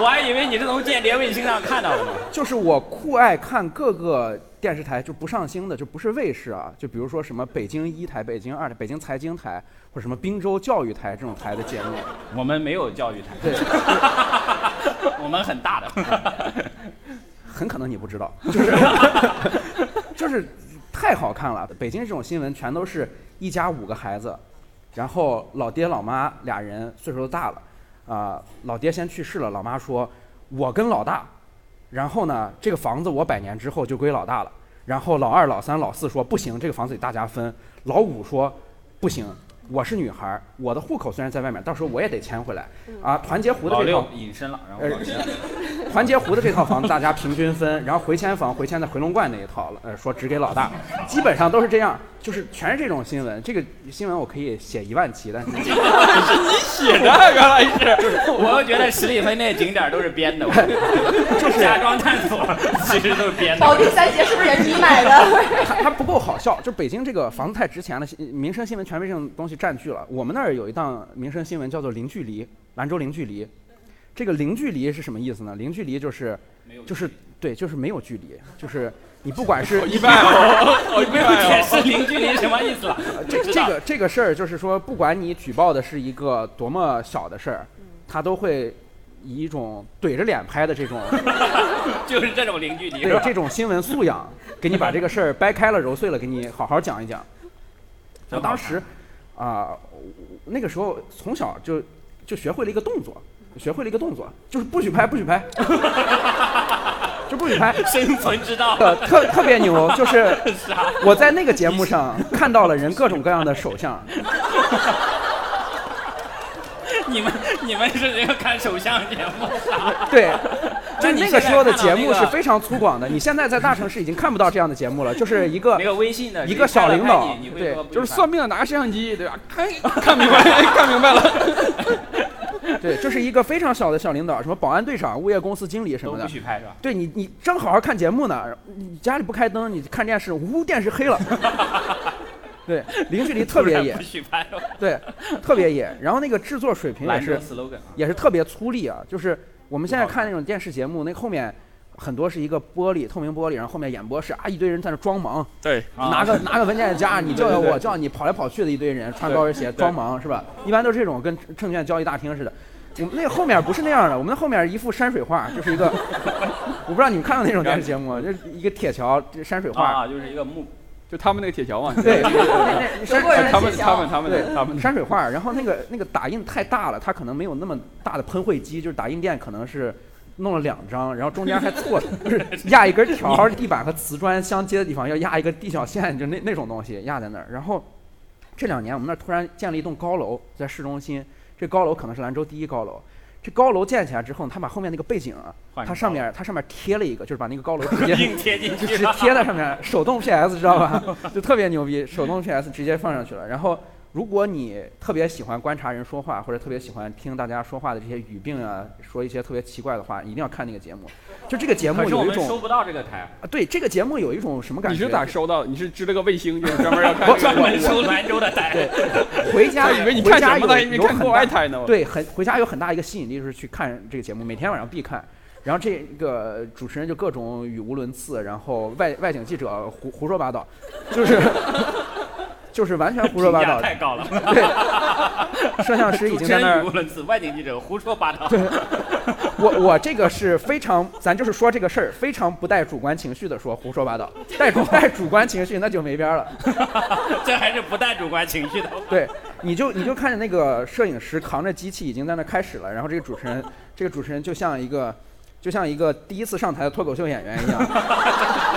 Speaker 4: 我还以为你是从间谍卫星上看到的呢。
Speaker 5: 就是我酷爱看各个电视台，就不上星的，就不是卫视啊，就比如说什么北京一台、北京二台、北京财经台，或者什么滨州教育台这种台的节目。
Speaker 4: 我们没有教育台，
Speaker 5: 对，
Speaker 4: 我们很 大的。
Speaker 5: 很可能你不知道， 就是就是太好看了。北京这种新闻全都是一家五个孩子，然后老爹老妈俩人岁数都大了，啊、老爹先去世了，老妈说我跟老大，然后呢这个房子我百年之后就归老大了，然后老二老三老四说不行，这个房子得大家分，老五说不行。我是女孩儿，我的户口虽然在外面，到时候我也得迁回来啊。团结湖的
Speaker 4: 老
Speaker 5: 这套
Speaker 4: 六隐身了，然后
Speaker 5: 呃
Speaker 4: 老七，
Speaker 5: 团结湖的这套房子大家平均分，然后回迁房回迁在回龙观那一套了，呃，说只给老大，基本上都是这样，就是全是这种新闻。这个新闻我可以写一万期，但是
Speaker 3: 写的原来是
Speaker 4: 我觉得十里分那景点都是编的， 就是假装探索，其实都是编
Speaker 2: 保
Speaker 4: 的。
Speaker 2: 定三杰是不是也是你买的？
Speaker 5: 它它不够好笑。就北京这个房子太值钱了，新民生新闻全被这种东西占据了。我们那儿有一档民生新闻叫做《零距离》，兰州零距离。这个零距离是什么意思呢？零距离就是就是对，就是没有距离，就是你不管是
Speaker 3: 一般哦，好一
Speaker 4: 没
Speaker 3: 般
Speaker 4: 有解
Speaker 3: 哦。
Speaker 4: 释零距离什么意思了？
Speaker 5: 这
Speaker 4: 知
Speaker 5: 这
Speaker 4: 道
Speaker 5: 个这个事儿，就是说，不管你举报的是一个多么小的事儿，他都会以一种怼着脸拍的这种
Speaker 4: 就是这种零距离。是
Speaker 5: 对
Speaker 4: 吧
Speaker 5: 这种新闻素养，给你把这个事儿掰开了揉碎了，给你好好讲一讲。我
Speaker 4: 真好
Speaker 5: 当时啊、我那个时候从小就就学会了一个动作，学会了一个动作，就是不许拍，不许拍， 就不许拍。
Speaker 4: 生存之道，
Speaker 5: 呃，特特别牛， 就是
Speaker 4: 是啊，
Speaker 5: 我在那个节目上看到了人各种各样的手相，
Speaker 4: 你们你们是这个看首相节目啥？
Speaker 5: 对，就
Speaker 4: 那你
Speaker 5: 那个时候的节
Speaker 4: 现在看
Speaker 5: 目
Speaker 4: 到那
Speaker 5: 是
Speaker 4: 个
Speaker 5: 非常粗犷的，你现在在大城市已经看不到这样的节目了，就是一个
Speaker 4: 那个微信的
Speaker 5: 一个小领导
Speaker 4: 你会
Speaker 5: 对
Speaker 4: 说不
Speaker 3: 就是
Speaker 4: 一般
Speaker 3: 算命的拿摄像机，对吧？看
Speaker 5: 哎
Speaker 3: 看明白，看明白了。
Speaker 5: 对，就是一个非常小的小领导，什么保安队长、物业公司经理什
Speaker 4: 都
Speaker 5: 么
Speaker 4: 不
Speaker 5: 的。
Speaker 4: 许拍是吧？
Speaker 5: 对你，你正好好看节目呢，你家里不开灯，你看电视，呜，电视黑了。 对，零距离特别野
Speaker 4: 不，许拍了。
Speaker 5: 对，特别野。然后那个制作水平 也
Speaker 4: 兰州
Speaker 5: 是
Speaker 4: slogan 啊，
Speaker 5: 也是特别粗粝啊，就是我们现在看那种电视节目，那后面很多是一个玻璃透明玻璃，然后后面演播室啊一堆人在那装忙，
Speaker 3: 对，
Speaker 4: 啊
Speaker 5: 拿个 拿个文 件夹，你叫叫
Speaker 3: 对对
Speaker 5: 我叫你，跑来跑去的一堆人，穿
Speaker 3: 对
Speaker 5: 高跟鞋
Speaker 3: 对
Speaker 5: 装忙是吧？一般都是这种跟证证券交易大厅似的。我们那个后面不是那样的，我们那后面一幅山水画，就是一个， 我不知道你们看到那种电视节目，就是一个铁桥这山水画，
Speaker 4: 啊，就是一个木
Speaker 3: 就他们那个铁桥嘛，
Speaker 5: 对，
Speaker 2: 德
Speaker 5: 山
Speaker 2: 国人
Speaker 3: 他们
Speaker 2: 写
Speaker 3: 他
Speaker 2: 笑
Speaker 3: 们他们
Speaker 5: 对
Speaker 3: 他们
Speaker 5: 山水画，然后那个那个打印太大了，它可能没有那么大的喷绘机，就是打印店可能是弄了两张，然后中间还错，就是压一根条儿，地板和瓷砖相接的地方要压一个地角线，就那那种东西压在那儿。然后这两年我们那儿突然建了一栋高楼，在市中心，这高楼可能是兰州第一高楼。这高楼建起来之后，他把后面那个背景啊，
Speaker 4: 换
Speaker 5: 它
Speaker 4: 成
Speaker 5: 上面它上面贴了一个，就是把那个 高楼直 接
Speaker 4: 硬贴进
Speaker 5: 就
Speaker 4: 去啊
Speaker 5: 是
Speaker 4: 了，
Speaker 5: 贴在上面，手动 PS 知道吧？ 就特别牛逼，手动 PS 直接放上去了。然后，如果你特别喜欢观察人说话，或者特别喜欢听大家说话的这些语病啊，说一些特别奇怪的话，一定要看那个节目。就这个节目
Speaker 4: 可是我
Speaker 5: 有一
Speaker 4: 们
Speaker 5: 种
Speaker 4: 收，不到这个台，
Speaker 5: 啊对这个节目有一种什么感
Speaker 3: 你
Speaker 5: 觉？
Speaker 3: 是咋收到的？你是支了个卫星，就是专门要看
Speaker 5: 我
Speaker 3: 这
Speaker 4: 专
Speaker 3: 个？
Speaker 4: 门收兰州的台。
Speaker 5: 对，回家
Speaker 3: 他以为你看什么呢？
Speaker 5: 回家
Speaker 3: 以
Speaker 5: 有
Speaker 3: 为
Speaker 5: 有
Speaker 3: 看
Speaker 5: 很
Speaker 3: 国
Speaker 5: 大
Speaker 3: 外台呢。我
Speaker 5: 对，很回家有很大一个吸引力就是去看这个节目，每天晚上必看。然后这个主持人就各种语无伦次，然后外外景记者胡胡说八道，就是 就是完全胡说八
Speaker 4: 评价
Speaker 5: 道。
Speaker 4: 太高了，
Speaker 5: 对，摄像师已经
Speaker 4: 主
Speaker 5: 在那
Speaker 4: 持人语
Speaker 5: 儿。
Speaker 4: 无伦次，外景记者胡说八道。
Speaker 5: 我我这个是非常，咱就是说这个事儿非常不带主观情绪的说胡说八道，带主带主观情绪那就没边儿了。
Speaker 4: 这还是不带主观情 绪的。
Speaker 5: 对，你就你就看着那个摄影师扛着机器已经在那开始了，然后这个主持人，这个主持人就像一个，就像一个第一次上台的脱口秀演员一样，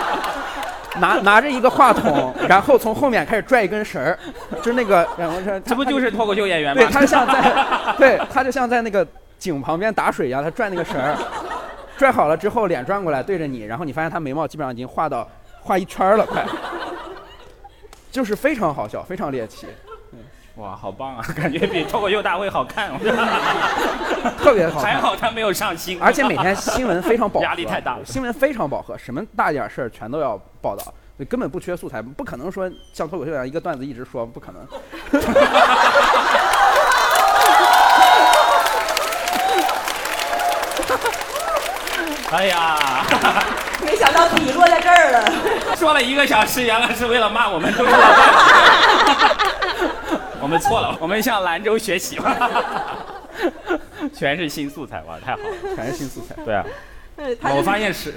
Speaker 5: 拿拿着一个话筒，然后从后面开始拽一根绳儿，就是那个，然后这
Speaker 4: 这不就是脱口秀演员吗
Speaker 5: 对？他像在，对他就像在那个井旁边打水一样，他拽那个绳儿，拽好了之后脸转过来对着你，然后你发现他眉毛基本上已经画到画一圈儿了，快， 就是非常好笑，非常猎奇，
Speaker 4: 哇，好棒啊！感觉比脱口秀大会好看。哦
Speaker 5: 特别好看。哎
Speaker 4: 还好他没有上新闻，
Speaker 5: 而且每天新闻非常饱和，
Speaker 4: 压力太大了
Speaker 5: 新闻非常饱和，什么大点事儿全都要报道，所以根本不缺素材，不可能说像脱口秀一样一个段子一直说，不可能。
Speaker 4: 哎呀，
Speaker 2: 没想到底落在这儿了。
Speaker 4: 说了一个小时，原来是为了骂我们中国老 板。我们错 了，我们向兰州学习吧。 全是新素材哇，太好了。
Speaker 5: 全是新素材。
Speaker 4: 对啊，
Speaker 2: 嗯他
Speaker 4: 我
Speaker 2: 就是嗯
Speaker 4: 发现史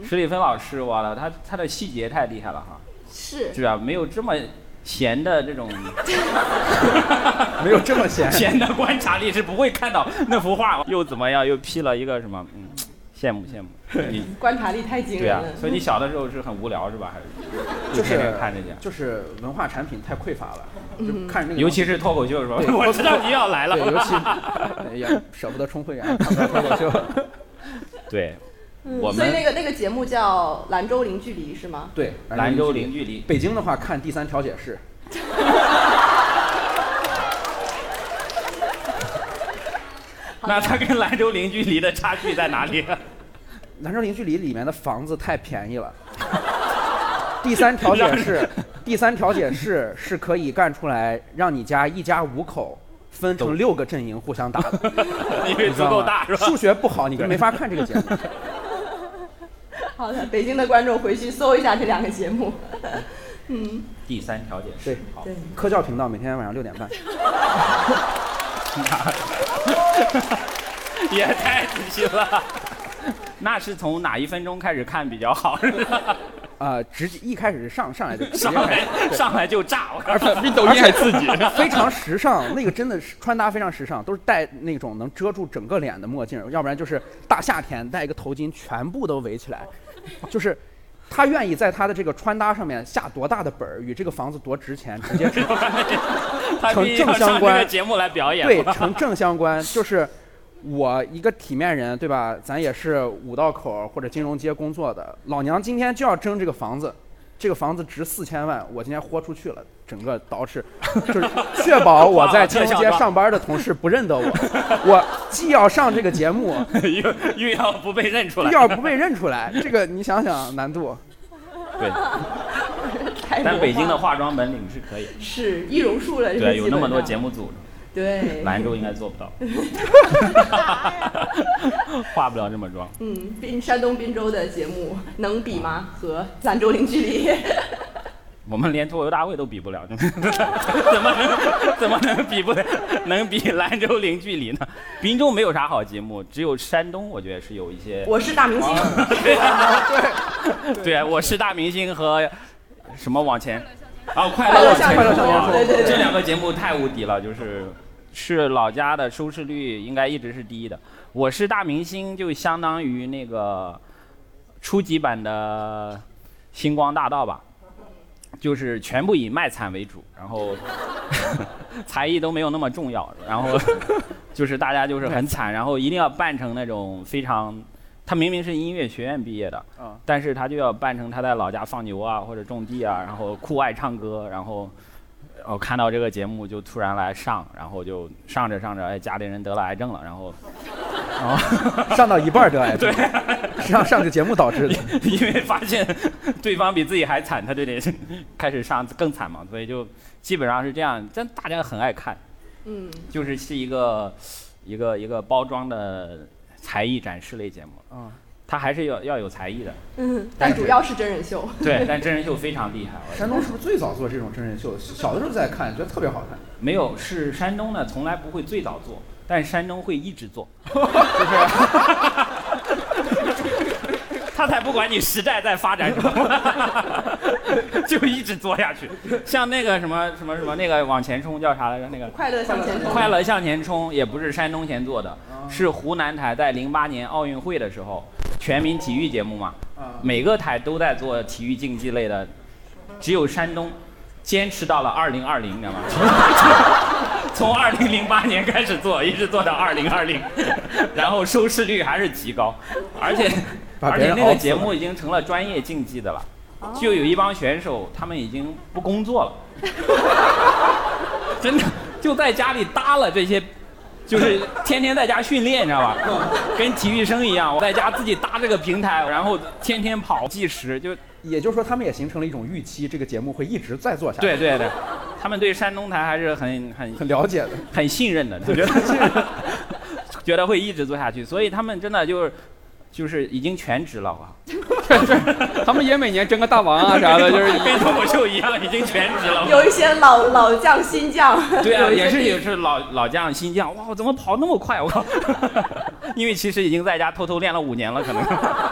Speaker 4: 史史蒂芬老师完了，他他的细节太厉害了哈，
Speaker 2: 是
Speaker 4: 对吧？没有这么闲的 这种。
Speaker 5: 没有这么闲
Speaker 4: 闲的观察力是不会看到那幅画又怎么样，又 P 了一个什么，嗯，羡慕 羡慕。你
Speaker 2: 观察力太惊
Speaker 4: 对
Speaker 2: 人
Speaker 4: 啊
Speaker 2: 了，。
Speaker 4: 所以你小的时候是很无聊是吧？还是
Speaker 5: 就
Speaker 4: 就是天天看这些，
Speaker 5: 就是文化产品太匮乏了，就看着那个，
Speaker 4: 嗯尤其是脱口秀是吧？
Speaker 5: 对
Speaker 4: 我知道你要来了
Speaker 5: 对，。尤其 哎呀舍不得充会员，看不到脱口秀。
Speaker 4: 对，
Speaker 2: 嗯
Speaker 4: 我 们
Speaker 2: 所以那个那个节目叫《兰州零距离》是吗？
Speaker 5: 对，
Speaker 4: 兰州
Speaker 5: 距离
Speaker 4: 零距离，
Speaker 5: 北京的话看第三调解室，
Speaker 4: 那它跟兰州零距离的差距在哪 里？
Speaker 5: 兰州零距离里面的房子太便宜了。第三 调解室，第三调解室是可以干出来让你家一家五口分成六个阵营互相打 的，
Speaker 4: 因为
Speaker 5: 你知
Speaker 4: 足
Speaker 5: 道
Speaker 4: 够
Speaker 5: 吗
Speaker 4: 大是吧？
Speaker 5: 数学不好，你就没法看这个节目。
Speaker 2: 好的， 北京的观众回去搜一下这两个节 目。嗯，
Speaker 4: 第三调解
Speaker 5: 对
Speaker 4: 室，好，
Speaker 2: 对，
Speaker 5: 科教频道每天晚上六点半，
Speaker 4: 也太仔细了。那是从哪一分钟开始看比较好？
Speaker 5: 呃，直接一开始是上上来就直接
Speaker 4: 上
Speaker 5: 开始，
Speaker 4: 来上来就炸，我告
Speaker 3: 而
Speaker 4: 诉你。
Speaker 3: 且比抖音还刺激。
Speaker 5: 非常时尚，那个真的是穿搭非常时尚，都是戴那种能遮住整个脸的墨镜，要不然就是大夏天戴一个头巾，全部都围起来，就是。他愿意在他的这个穿搭上面下多大的本儿，与这个房子多值钱，直接
Speaker 4: 他必须要上这个节目来表演。
Speaker 5: 对成正相关。就是我一个体面人，对吧？咱也是五道口或者金融街工作的，老娘今天就要争这个房子，这个房子值四千万，我今天豁出去了，整个捯饬，就是确保我在金融街上班的同事不认得我，我既要上这个节目，
Speaker 4: 又又要不被认出来
Speaker 5: 又。要不被认出来，这个你想想难度。
Speaker 4: 对，
Speaker 2: 开
Speaker 4: 但
Speaker 2: 模
Speaker 4: 北京的
Speaker 2: 化
Speaker 4: 化妆本领是可以的，
Speaker 2: 是易容术了，这
Speaker 4: 对，
Speaker 2: 是
Speaker 4: 有
Speaker 2: 基
Speaker 4: 那么
Speaker 2: 本
Speaker 4: 多
Speaker 2: 上
Speaker 4: 节目组，
Speaker 2: 对，
Speaker 4: 兰州应该做不 到，化不了这么妆。
Speaker 2: 嗯，滨山东滨州的节目能比吗？和兰州零距离？
Speaker 4: 我们连脱口秀大会都比不了， 怎么能怎么能比不了？能比兰州零距离呢？滨州没有啥好节目，只有山东我觉得是有一些。
Speaker 2: 我是大明星，
Speaker 4: 啊 对啊，我是大明星和什么往前，啊，快
Speaker 2: 快乐
Speaker 4: 乐
Speaker 2: 向
Speaker 5: 前
Speaker 4: 前
Speaker 5: 冲
Speaker 4: 冲啊
Speaker 2: 对对对
Speaker 4: 这两个节目太无敌了，就是是老家的收视率应该一直是第一的。我是大明星就相当于那个初级版的星光大道吧，就是全部以卖惨为主，然后 才艺都没有那么重要，然后 就是大家就是很惨，然后一定要扮成那种非常。他明明是音乐学院毕业的，
Speaker 5: 啊
Speaker 4: 但是他就要扮成他在老家放牛啊，或者种地啊，然后酷爱唱歌，然后我看到这个节目就突然来上，然后就上着上着，哎，家里人得了癌症了，然后
Speaker 5: 上到一半儿得癌症，上上个节目导致的。
Speaker 4: 因为发现对方比自己还惨，他就得开始上更惨嘛，所以就基本上是这样。但大家很爱看，
Speaker 2: 嗯，
Speaker 4: 就是是一个一个一个包装的才艺展示类节目，
Speaker 5: 嗯，
Speaker 4: 它还是要要有才艺的。
Speaker 2: 嗯， 但主要是真人秀。
Speaker 4: 对，但真人秀非常厉害，我觉得
Speaker 5: 山东是不是最早做这种真人秀？小的时候在看，觉得特别好看。
Speaker 4: 没有是山东呢，从来不会最早做，但是山东会一直做，就是。他才不管你时代在发展什么， 就一直做下去。像那个什么什么什么那个往前冲叫啥来着？那个
Speaker 2: 快乐向前冲，
Speaker 4: 快乐向前冲也不是山东先做的，是湖南台在零八年奥运会的时候，全民体育节目嘛，
Speaker 5: 啊，
Speaker 4: 每个台都在做体育竞技类的，只有山东坚持到了二零二零，你知道吗？ 从二零零八年开始做，一直做到二零二零， 然后收视率还是极高，而且
Speaker 5: 把
Speaker 4: 而
Speaker 5: 别
Speaker 4: 且
Speaker 5: 人
Speaker 4: 那个
Speaker 5: 熬死
Speaker 4: 节目已经成了专业竞技的了，就有一帮选手他们已经不工作了， 真的就在家里搭了这些。就是天天在家训练，你知道吧？跟体育生一样，我在家自己搭这个平台，然后天天跑计时，就
Speaker 5: 也就是说，他们也形成了一种预期，这个节目会一直再做下去。
Speaker 4: 对，对对，他们对山东台还是很很
Speaker 5: 很了解的。
Speaker 4: 很信任的，他觉得 觉得会一直做下去，所以他们真的就是就是已经全职了啊，
Speaker 3: 他们也每年争个大王啊啥的，就是一
Speaker 4: 跟脱口秀一样，已经全职了。
Speaker 2: 有一些老老将新将，
Speaker 4: 对啊，
Speaker 2: 有一些
Speaker 4: 也是
Speaker 2: 地
Speaker 4: 也是老老将新将，哇，我怎么跑那么快？我靠！ 因为其实已经在家偷偷练了五年了，可能，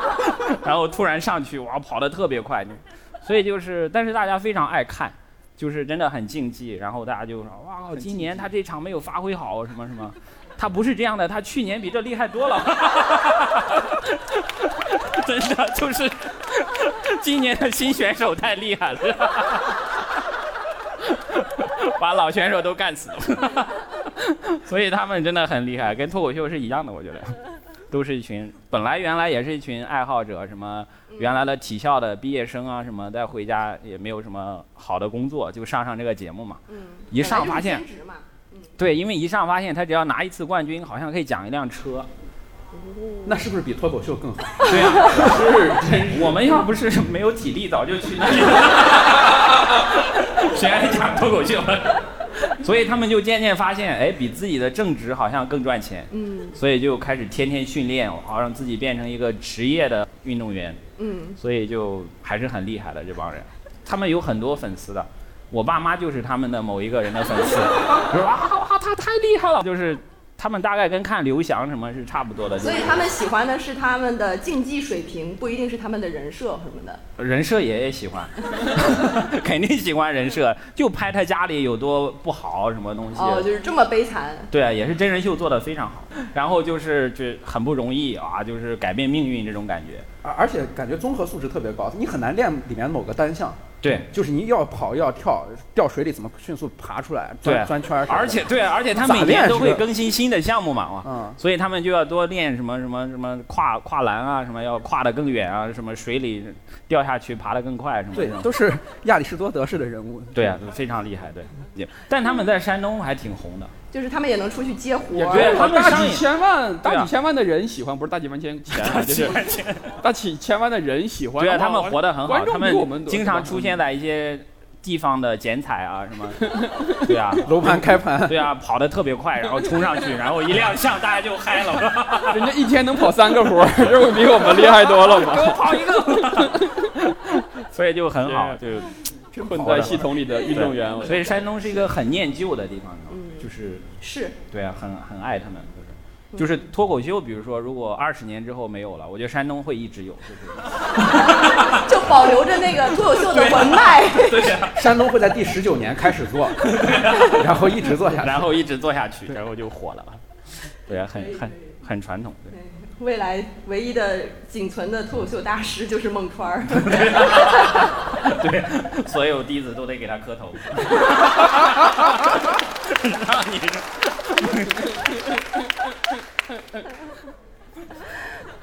Speaker 4: 然后突然上去，哇，跑得特别快，所以就是，但是大家非常爱看，就是真的很竞技，然后大家就说，哇，今年他这场没有发挥好，什么什么，他不是这样的，他去年比这厉害多了， 真的就是 今年的新选手太厉害了，把老选手都干死了， 所以他们真的很厉害，跟脱口秀是一样的，我觉得。都是一群本来原来也是一群爱好者，什么
Speaker 2: 嗯
Speaker 4: 原来的体校的毕业生啊，什么再回家也没有什么好的工作，就上上这个节目嘛。
Speaker 2: 嗯，
Speaker 4: 一上发现
Speaker 2: 本来就是兼职嘛
Speaker 4: 对，因为一上发现他只要拿一次冠军，好像可以奖一辆车。
Speaker 5: 那是不是比脱口秀更好？
Speaker 4: 对啊，是，我们要不是没有体力，早就去 那里了。谁还讲脱口 秀？所以他们就渐渐发现，哎，比自己的正职好像更赚钱，
Speaker 2: 嗯
Speaker 4: 所以就开始天天训练，好让自己变成一个职业的运动员。
Speaker 2: 嗯，
Speaker 4: 所以就还是很厉害的这帮人，他们有很多粉丝的。我爸妈就是他们的某一个人的粉 丝，就说啊哇，他太厉害了，就是他们大概跟看刘翔什么是差不多的，就
Speaker 2: 所以
Speaker 4: 是
Speaker 2: 他们喜欢的是他们的竞技水平，不一定是他们的人设什么的。
Speaker 4: 人设爷爷喜 欢，肯定喜欢人设，就拍他家里有多不好什么东西，
Speaker 2: 哦，就是这么悲惨。
Speaker 4: 对，啊也是真人秀做的非常好，然后就是就很不容易啊，就是改变命运这种感觉，
Speaker 5: 而而且感觉综合素质特别高，你很难练里面某个单项，
Speaker 4: 对，
Speaker 5: 就是你要跑又要跳，掉水里怎么迅速爬出来，钻
Speaker 4: 对
Speaker 5: 钻圈儿啥的。
Speaker 4: 而且对，而且他
Speaker 5: 咋
Speaker 4: 每
Speaker 5: 练
Speaker 4: 年都
Speaker 5: 是
Speaker 4: 会
Speaker 5: 吧
Speaker 4: 更新新的项目嘛，哇，
Speaker 5: 嗯
Speaker 4: 所以他们就要多练什么什么什么跨跨栏啊，什么要跨得更远啊，什么水里掉下去爬得更快什么
Speaker 5: 对
Speaker 4: 这，种。
Speaker 5: 都是亚里士多德式的人物。
Speaker 4: 对啊，非常厉害，对。也但他们在山东还挺红的，
Speaker 2: 就是他们也能出去接活
Speaker 3: 也
Speaker 2: 儿，
Speaker 3: 对，
Speaker 4: 他们
Speaker 3: 大
Speaker 4: 商
Speaker 3: 几
Speaker 4: 业
Speaker 3: 千万，
Speaker 4: 对
Speaker 3: 大
Speaker 4: 啊
Speaker 3: 几千万的人喜欢，不是大几万千钱啊，就是大几千万的人喜欢。
Speaker 4: 对啊，
Speaker 3: 哇
Speaker 4: 他们活得很好
Speaker 3: 观，
Speaker 4: 他
Speaker 3: 众比我们
Speaker 4: 们
Speaker 3: 多
Speaker 4: 经常出现在一些地方的剪彩啊 什么，对啊，
Speaker 5: 楼盘开盘，
Speaker 4: 对啊，跑得特别快，然后冲上去，然后一亮相，大家就嗨了。
Speaker 3: 人家一天能跑三个活儿， 这不比我们厉害 多了
Speaker 4: 给我
Speaker 3: 吗？
Speaker 4: 跑一个， 所以就很好，就
Speaker 3: 混在系统里的运动员，我嗯
Speaker 4: 所以山东是一个很念旧的地方，就是
Speaker 2: 是
Speaker 4: 对啊，很很爱他们，
Speaker 3: 嗯
Speaker 4: 就是就是脱口秀，比如说如果二十年之后没有了，我觉得山东会一直有，就是
Speaker 2: 就保留着那个脱口秀的文脉。
Speaker 4: 对啊，
Speaker 5: 山东会在第十九年开始做， 然后一直做下去。
Speaker 4: 然后一直做下去，然后就火了，对啊，很很很传统，对。
Speaker 2: 未来唯一的仅存的脱口秀大师就是孟川儿。
Speaker 4: 对，所有弟子都得给他磕头。然后你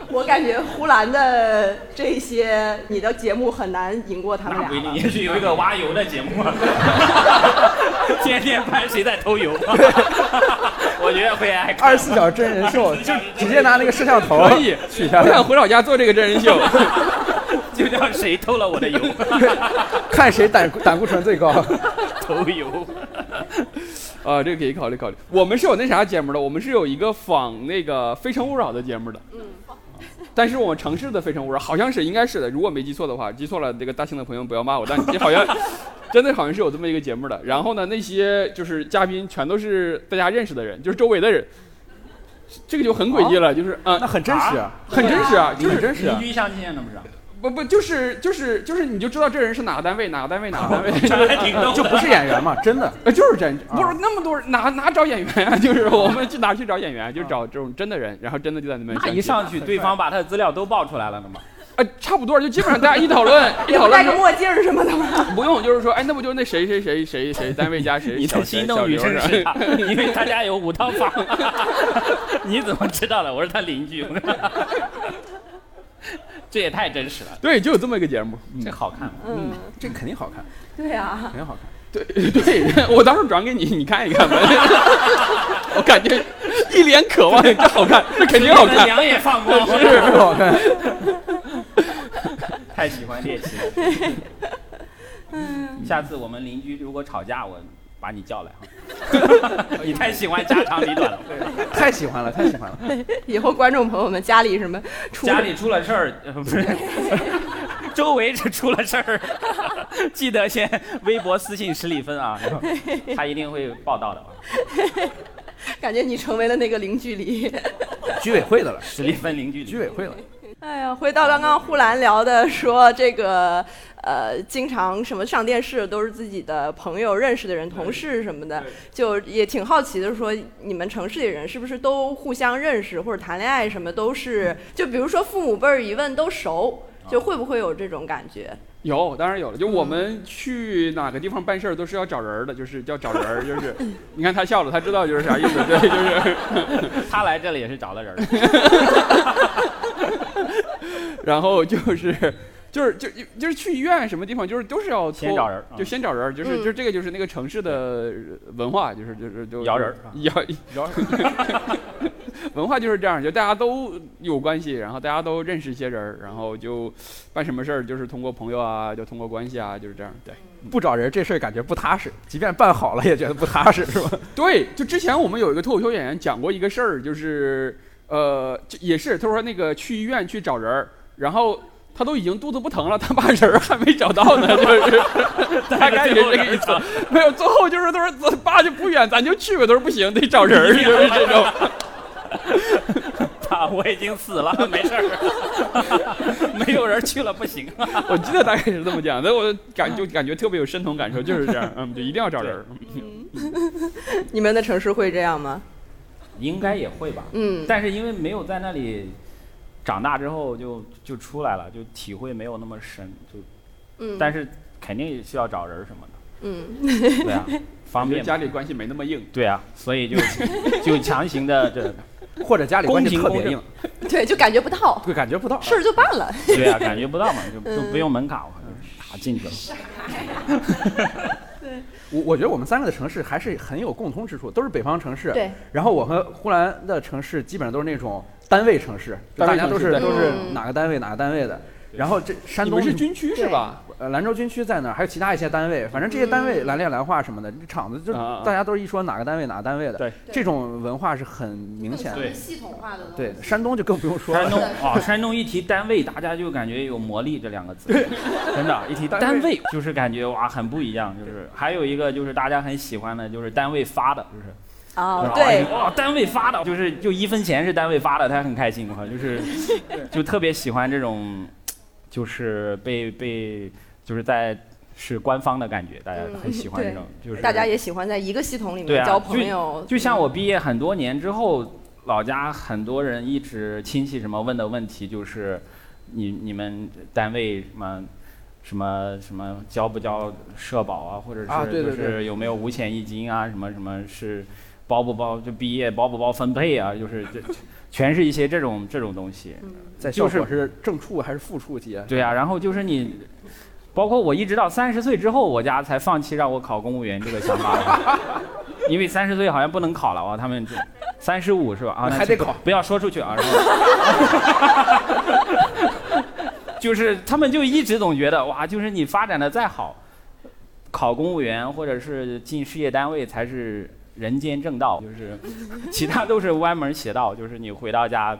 Speaker 2: 我感觉呼兰的这些你的节目很难赢过他们
Speaker 4: 那不一定，
Speaker 2: 俩。
Speaker 4: 也许有一个挖油的节目，啊 天天拍谁在 偷油。我觉得会爱看
Speaker 5: 二十四小时真人秀，就直接拿那个摄像头
Speaker 3: 可以
Speaker 5: 取下
Speaker 3: 我想
Speaker 5: 来，
Speaker 3: 回老家做这个真人秀。
Speaker 4: 就叫谁偷了我的油，
Speaker 5: 看谁胆固胆固醇最高。
Speaker 4: 偷油。
Speaker 3: 啊，这个可以考虑考虑。我们是有那啥节目的，我们是有一个仿那个《非诚勿扰》的节目的。嗯。但是我们城市的《非诚勿扰》好像是应该是的，如果没记错的话，记错了这个大庆的朋友不要骂我，但这好 像真的好像是有这么一个节目的。然后呢，那些就是嘉宾全都是大家认识的人，就是周围的人，这个就很诡异了，就是啊、
Speaker 5: 那很真实啊，
Speaker 3: 很真实啊，就
Speaker 5: 很
Speaker 3: 是
Speaker 5: 真实啊
Speaker 4: 邻。居相亲那不是？
Speaker 3: 不不就是就是就是你就知道这人是哪个单位哪个单位哪个单位，
Speaker 4: 长得还挺逗
Speaker 5: 就不是演 员嘛，真的。
Speaker 3: 呃，就是真，
Speaker 5: 啊
Speaker 3: 不是那么多人，哪哪找演员啊？就是我们去哪去找演员啊？就找这种真的人，然后真的就在那边
Speaker 4: 那
Speaker 3: 相
Speaker 4: 一
Speaker 3: 亲
Speaker 4: 上 去，对方把他的资料都爆出来了呢嘛。
Speaker 3: 呃，差不多，就基本上大家一讨论一
Speaker 2: 也
Speaker 3: 讨
Speaker 2: 不戴个
Speaker 3: 论说，
Speaker 2: 墨镜儿什么的 吗？
Speaker 3: 不用就是说，哎，那不就是那谁谁谁谁谁单位加谁
Speaker 4: 你
Speaker 3: 小
Speaker 4: 的
Speaker 3: 谁
Speaker 4: 心
Speaker 3: 小啊
Speaker 4: 动女
Speaker 3: 刘
Speaker 4: 生
Speaker 3: 是吧
Speaker 4: 是他，因为他家有五套房。 你怎么知道的？我是他邻居。 这也太真实了，
Speaker 3: 对，就有这么一个节目。
Speaker 4: 这好看吗？
Speaker 2: 嗯，
Speaker 5: 这肯定好看，
Speaker 2: 对啊，
Speaker 5: 肯定好看。
Speaker 3: 对对，我到时候转给你，你看一看吧。我感觉一脸渴望，这好看，这肯定好
Speaker 4: 你的
Speaker 3: 看。
Speaker 4: 娘也放光了，
Speaker 5: 这个好看，
Speaker 4: 太喜欢猎奇了。下次我们邻居如果吵架，我把你叫来哈。你太喜欢家长里短了，
Speaker 5: 太喜欢了，太喜欢 了。
Speaker 2: 以后观众朋友们家里什么出
Speaker 4: 家里出了事儿， 呃不是，周围是出了事儿， 记得先微博私信十里芬啊，他一定会报道的啊。
Speaker 2: 感觉你成为了那个零距离。
Speaker 5: 居委会的了，
Speaker 4: 十里芬邻居
Speaker 5: 居委会了。
Speaker 2: 哎呀，回到刚刚呼兰聊的说这个，呃，经常什么上电视都是自己的朋友、认识的人、同事什么的，就也挺好奇的说，你们城市里人是不是都互相认识或者谈恋爱什么都
Speaker 4: 嗯
Speaker 2: 是？就比如说父母辈儿一问都熟，
Speaker 4: 啊
Speaker 2: 就会不会有这种感觉？
Speaker 3: 有，当然有了。就我们去哪个地方办事儿都是要找人儿的，就是叫找人儿，就是你看他笑了，他知道就是啥意思，对，就是。
Speaker 4: 他来这里也是找了人
Speaker 3: 哦
Speaker 4: 儿，
Speaker 3: 然后就是就是就就是去医院什么地方，就是都是要托
Speaker 4: 先找人儿啊
Speaker 3: 就先找人儿，就是
Speaker 2: 嗯
Speaker 3: 就是这个就是那个城市的文化，就是就是就
Speaker 4: 摇人儿啊
Speaker 3: 摇摇 人， 文化就是这样，就大家都有关系，然后大家都认识一些人儿，然后就办什么事儿就是通过朋友啊，就通过关系啊，就是这样，对。
Speaker 5: 不找人这事儿感觉不踏实，即便办好了也觉得不踏实，是 吧？
Speaker 3: 对，就之前我们有一个脱口秀演员讲过一个事儿，就是呃，就也是他说那个去医院去找人儿，然后他都已经肚子不疼了，他把人儿还没找到 呢，就是大概也是这个意思。没有，最后就是他说爸就不远，咱就去吧。他说不行，得找人儿，就是 这种。
Speaker 4: 啊，我已经死了， 没事儿， 没有人去了不行。啊
Speaker 3: 我记得大概是这么讲的，我
Speaker 4: 嗯
Speaker 3: 感就感觉特别有深同感受，就是这样，嗯，就一定要找人儿。
Speaker 2: 你们的城市会这样吗？
Speaker 4: 应该也会吧，
Speaker 2: 嗯，
Speaker 4: 但是因为没有在那里长大之后就就出来了，就体会没有那么深，就
Speaker 2: 嗯，
Speaker 4: 但是肯定需要找人儿什么的，
Speaker 2: 嗯，
Speaker 4: 对啊，方
Speaker 3: 就
Speaker 4: 便嘛
Speaker 3: 家里关系没那么硬，
Speaker 4: 对啊，所以就就强行的这
Speaker 5: 或者家里关系特别
Speaker 4: 公平
Speaker 5: 硬，
Speaker 2: 对，就感觉不到
Speaker 5: 会感觉不到。
Speaker 2: 事儿就办了。
Speaker 4: 对啊，感觉不到嘛，就就不用门卡，我打进去了。
Speaker 5: 我我觉得我们三个的城市还是很有共通之处，都是北方城市。
Speaker 2: 对。
Speaker 5: 然后我和呼兰的城市基本上都是那种单位城市，就
Speaker 3: 单
Speaker 5: 大
Speaker 3: 位
Speaker 5: 家都
Speaker 3: 城市
Speaker 5: 是
Speaker 3: 对
Speaker 5: 都是
Speaker 2: 嗯
Speaker 5: 哪个单位哪个单位的。然后这山
Speaker 3: 你
Speaker 5: 东
Speaker 3: 们是军区是吧？
Speaker 5: 呃兰州军区在那儿，还有其他一些单位，反正这些单位兰恋兰化什么的，这厂子就
Speaker 3: 啊啊啊
Speaker 5: 大家都是一说哪个单位哪个单位的。
Speaker 3: 对
Speaker 5: 这种文化是很明显的。
Speaker 4: 对
Speaker 2: 系统化的东西
Speaker 5: 对，山东就更不用说
Speaker 4: 山
Speaker 5: 了。
Speaker 4: 东啊，山东一提单位，大家就感觉有魔力这两个字，真的，一提
Speaker 5: 单
Speaker 4: 单位就是感觉哇很不一样。就是还有一个就是大家很喜欢的，就是单位发的，就是
Speaker 2: 啊，
Speaker 4: 就是哎
Speaker 2: 对，
Speaker 4: 哇，单位发的，就是就一分钱是单位发的，他很开心嘛，就是就特别喜欢这种，就是被被就是在是官方的感觉，大家很喜欢这种，就是
Speaker 2: 大家也喜欢在一个系统里
Speaker 4: 对
Speaker 2: 面
Speaker 4: 啊
Speaker 2: 交朋友，
Speaker 4: 就像我毕业很多年之后，老家很多人一直亲戚什么问的问题就是，你你们单位什么什么什么交不交社保啊，或者
Speaker 5: 啊
Speaker 4: 是
Speaker 5: 对
Speaker 4: 就
Speaker 5: 对对
Speaker 4: 是有没有五险一金啊，什么什么是包不包就毕业包不包分配啊，就是这全是一些这种这种东西。
Speaker 5: 在
Speaker 4: 就
Speaker 5: 效
Speaker 4: 是
Speaker 5: 果是正处还是负处级？
Speaker 4: 对啊，然后就是你，包括我一直到三十岁之后，我家才放弃让我考公务员这个想法， 因为三十岁好像不能考了啊，他们三十五是吧？啊，那
Speaker 5: 还得
Speaker 4: 就
Speaker 5: 考
Speaker 4: 不要说出去啊。然后 就是他们就一直总觉得哇，就是你发展的再好，考公务员或者是进事业单位才是人间正道，就是其他都是歪门邪道，就是你回到家。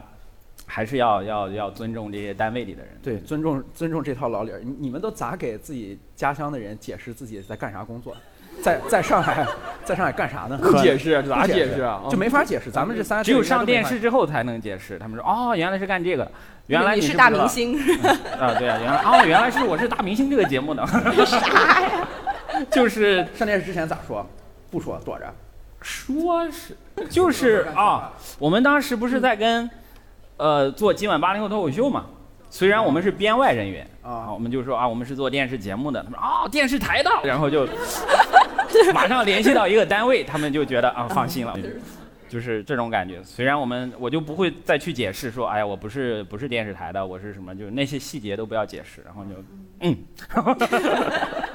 Speaker 4: 还是要要要尊重这些单位里的人。
Speaker 5: 对，尊重尊重这套老理儿。你你们都咋给自己家乡的人解释自己在干啥工作？在在上海，在上海干啥呢？
Speaker 3: 不解释咋
Speaker 5: 不解
Speaker 3: 解释啊？
Speaker 5: 就没法解释。咱们这三个
Speaker 4: 只有
Speaker 5: 字应该
Speaker 4: 上
Speaker 5: 都没
Speaker 4: 电
Speaker 5: 法
Speaker 4: 视之后才能解释。他们说哦，原来是干这个的，原
Speaker 2: 嗯
Speaker 4: 来
Speaker 2: 你
Speaker 4: 你
Speaker 2: 是大
Speaker 4: 不知道
Speaker 2: 明星，
Speaker 4: 啊，对啊，原来哦，原来是我是大明星这个 节目的， 就是
Speaker 5: 上电视之前咋说？不说，躲着。
Speaker 4: 说是 就是啊，我们当时不
Speaker 2: 嗯
Speaker 4: 是在跟呃做今晚八零后脱口秀嘛，虽然我们是编外人员啊，
Speaker 5: 啊
Speaker 4: 我，们就说啊，我们是做电视节目的，他们说哦，电视台的，然 后就马上联系到一个单位，他们就觉得啊，放心了。就是这种感觉，虽然我们我就不会再去解释说，哎呀，我不是不是电视台的，我是什么，就是那些细节都不要解释，然后就，嗯，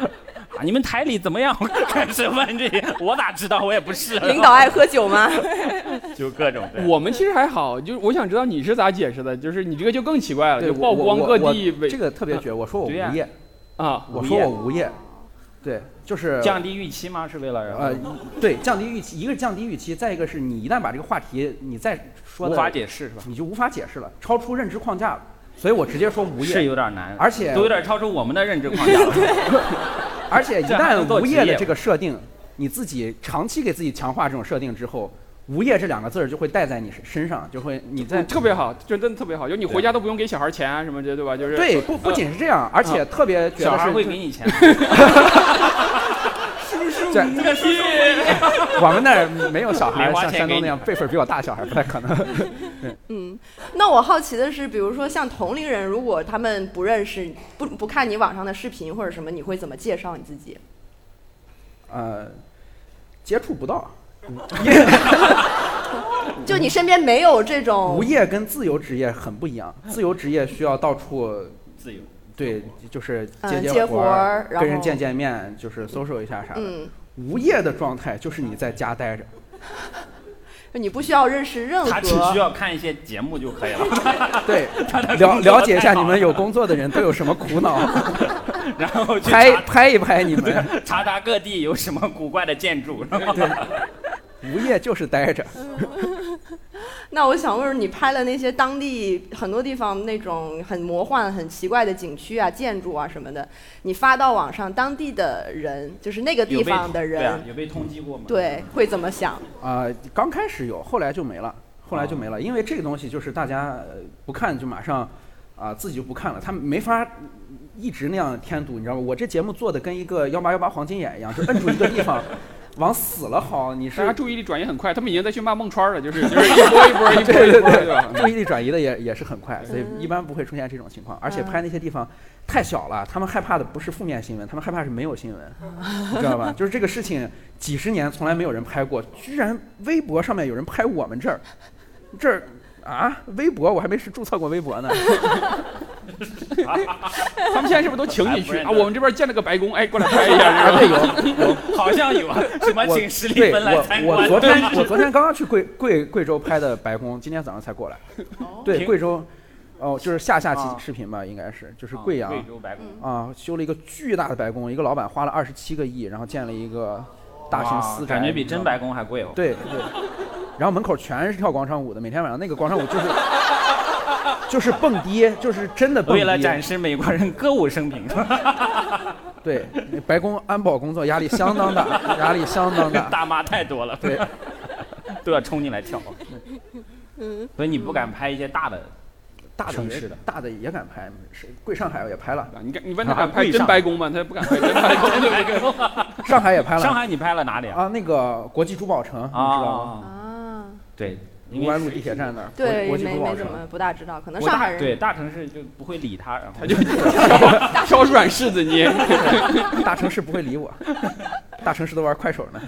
Speaker 4: 啊，你们台里怎么样？ 开始问这些，我咋知道？我也不是，
Speaker 2: 领导爱喝酒吗？
Speaker 4: 就各种对
Speaker 3: 我们其实还好，就是我想知道你是咋解释的，就是你这个就更奇怪了，
Speaker 5: 对，
Speaker 3: 就
Speaker 5: 我
Speaker 3: 曝光
Speaker 5: 我
Speaker 3: 各
Speaker 5: 我
Speaker 3: 地为
Speaker 5: 这个特别绝。我说我无
Speaker 4: 对呀
Speaker 5: 业，
Speaker 3: 啊，
Speaker 5: 我
Speaker 4: 无
Speaker 5: 说
Speaker 4: 业
Speaker 5: 我无业，对，就是
Speaker 4: 降低预期吗？是为了然后
Speaker 5: 呃，对，降低预期，一个是降低预期，再一个是你一旦把这个话题你再说
Speaker 4: 无
Speaker 5: 的
Speaker 4: 法解释是吧？
Speaker 5: 你就无法解释了，超出认知框架了。所以我直接说无
Speaker 4: 是
Speaker 5: 业，
Speaker 4: 有点难，
Speaker 5: 而且
Speaker 4: 都有点超出我们的认知框 架了。
Speaker 5: 而且一
Speaker 4: 这还
Speaker 5: 旦
Speaker 4: 能做
Speaker 5: 无
Speaker 4: 职
Speaker 5: 业
Speaker 4: 业
Speaker 5: 的
Speaker 4: 吗
Speaker 5: 这个设定，你自己长期给自己强化这种设定之后，无业这两个字儿就会带在你身身上，就会你在
Speaker 3: 嗯特别好，就真的特别好，就你回家都不用给小孩钱啊什么的，对吧？就是
Speaker 5: 对不不仅是这样，而且特别
Speaker 4: 嗯
Speaker 5: 觉
Speaker 4: 小
Speaker 5: 得
Speaker 4: 孩
Speaker 5: 是
Speaker 4: 会给你钱吗，
Speaker 5: 对
Speaker 4: 这个是。
Speaker 5: 我们那儿没有小孩
Speaker 4: 零
Speaker 5: 儿
Speaker 4: 花
Speaker 5: 像
Speaker 4: 钱
Speaker 5: 山
Speaker 4: 给
Speaker 5: 东那
Speaker 4: 你
Speaker 5: 样辈分儿比我大，小孩儿不太可能。
Speaker 2: 嗯，那我好奇的是，比如说像同龄人，如果他们不认识、不不看你网上的视频或者什么，你会怎么介绍你自己？
Speaker 5: 呃，接触不到。
Speaker 4: 嗯
Speaker 2: 就你身边没有这种
Speaker 5: 无业跟自由职业很不一样，自由职业需要到处
Speaker 4: 自由。
Speaker 5: 对，就是接
Speaker 2: 嗯接
Speaker 5: 活
Speaker 2: 活
Speaker 5: 儿
Speaker 2: 儿，然
Speaker 5: 跟人
Speaker 2: 后
Speaker 5: 见见面，就是搜索一下啥的。
Speaker 2: 嗯，
Speaker 5: 无业的状态就是你在家待着，
Speaker 2: 就你不需要认识任何，
Speaker 4: 他只需要看一些节目就可 以了，
Speaker 5: 对
Speaker 4: 他的，
Speaker 5: 了
Speaker 4: 工作
Speaker 5: 了解一下
Speaker 4: 太好
Speaker 5: 你们
Speaker 4: 了
Speaker 5: 有工作的人都有什么苦恼，
Speaker 4: 然后去
Speaker 5: 拍
Speaker 4: 查
Speaker 5: 拍一拍你们。
Speaker 4: 查查各地有什么古怪的建筑，然后
Speaker 5: 无业就是待着，
Speaker 2: 那我想问问，你拍了那些当地很多地方那种很魔幻、很奇怪的景区啊、建筑啊什么的，你发到网上，当地的人，就是那个地
Speaker 4: 有被
Speaker 2: 方的
Speaker 4: 对啊
Speaker 2: 人，
Speaker 4: 有被通缉过吗？
Speaker 2: 对，会怎么想？
Speaker 5: 啊、刚开始有，后来就没了，后来就没了，因为这个东西就是大家呃不看就马上啊、自己就不看了，他们没法一直那样添堵，你知道吗？我这节目做的跟一个幺八幺八黄金眼一样，就摁住一个地方， 往死了薅，你
Speaker 3: 大家
Speaker 5: 是
Speaker 3: 注意力转移很快，他们已经在去骂孟川了，就是就是一波一波一波一波，对吧？
Speaker 5: 注意力转移的也也是很快，所以一般不会出现这种情况，而且拍那些地方太小了，他们害怕的不是负面新闻，他们害怕是没有新闻，你知道吧？ 就是这个事情几十年从来没有人拍过，居然微博上面有人拍我们这儿，这儿啊，微博我还没是注册过微博呢，
Speaker 3: 他们现在是不是都请你去
Speaker 4: 哎
Speaker 3: 啊？
Speaker 4: 不认得
Speaker 3: 我们这边建了个白宫，哎，过来拍一下，
Speaker 5: 对，有
Speaker 4: 好像有啊，什么
Speaker 5: 我
Speaker 4: 请史蒂
Speaker 5: 对
Speaker 4: 芬来参
Speaker 5: 我
Speaker 4: 观啊
Speaker 5: 我昨天我昨天刚刚去贵贵贵州拍的白宫，今天早上才过来。对，
Speaker 4: 平
Speaker 5: 贵州，哦，就是下下期
Speaker 4: 啊
Speaker 5: 视频吧，应该是就是
Speaker 4: 啊
Speaker 5: 贵阳
Speaker 4: 贵州白宫
Speaker 5: 啊，修了一个巨大的白宫，一个老板花了二十七个亿，然后建了一个大型
Speaker 4: 哇
Speaker 5: 私宅，
Speaker 4: 感觉
Speaker 5: 你
Speaker 4: 比
Speaker 5: 知道
Speaker 4: 真
Speaker 5: 吗
Speaker 4: 白宫还贵哦。
Speaker 5: 对对，然后门口全是跳广场舞的，每天晚上那个广场舞就是就是蹦迪，就是真的蹦迪。
Speaker 4: 为了展示美国人歌舞升 平，
Speaker 5: 对，那白宫安保工作压力相当大，压力相当大。
Speaker 4: 大妈太多了，
Speaker 5: 对，
Speaker 4: 都要冲进来跳。
Speaker 2: 嗯，
Speaker 4: 所以你不敢拍一些大 的，
Speaker 5: 大的
Speaker 4: 城
Speaker 5: 也
Speaker 4: 市的
Speaker 5: 大的也敢拍，是贵上海也拍了，
Speaker 3: 你看你问他敢
Speaker 5: 啊
Speaker 3: 拍
Speaker 5: 贵
Speaker 3: 真
Speaker 5: 上
Speaker 3: 白宫吗？他不敢拍真白宫，对不对？
Speaker 5: 上海也拍 了。
Speaker 4: 上海你拍了哪里啊？
Speaker 5: 啊，那个国际珠宝城，你知道吗？
Speaker 4: 啊，
Speaker 2: 啊，
Speaker 4: 对，因
Speaker 5: 五
Speaker 4: 为
Speaker 5: 湾路地铁站那儿，
Speaker 2: 对，
Speaker 5: 国国际
Speaker 2: 没
Speaker 5: 珠宝
Speaker 2: 没
Speaker 5: 城
Speaker 2: 怎。么不大知道，可能
Speaker 4: 我大
Speaker 2: 上海人
Speaker 4: 对大城市就不会理他，然后
Speaker 3: 他就挑挑软柿子捏。
Speaker 5: 大城市不会 理我，大城市都玩快手呢。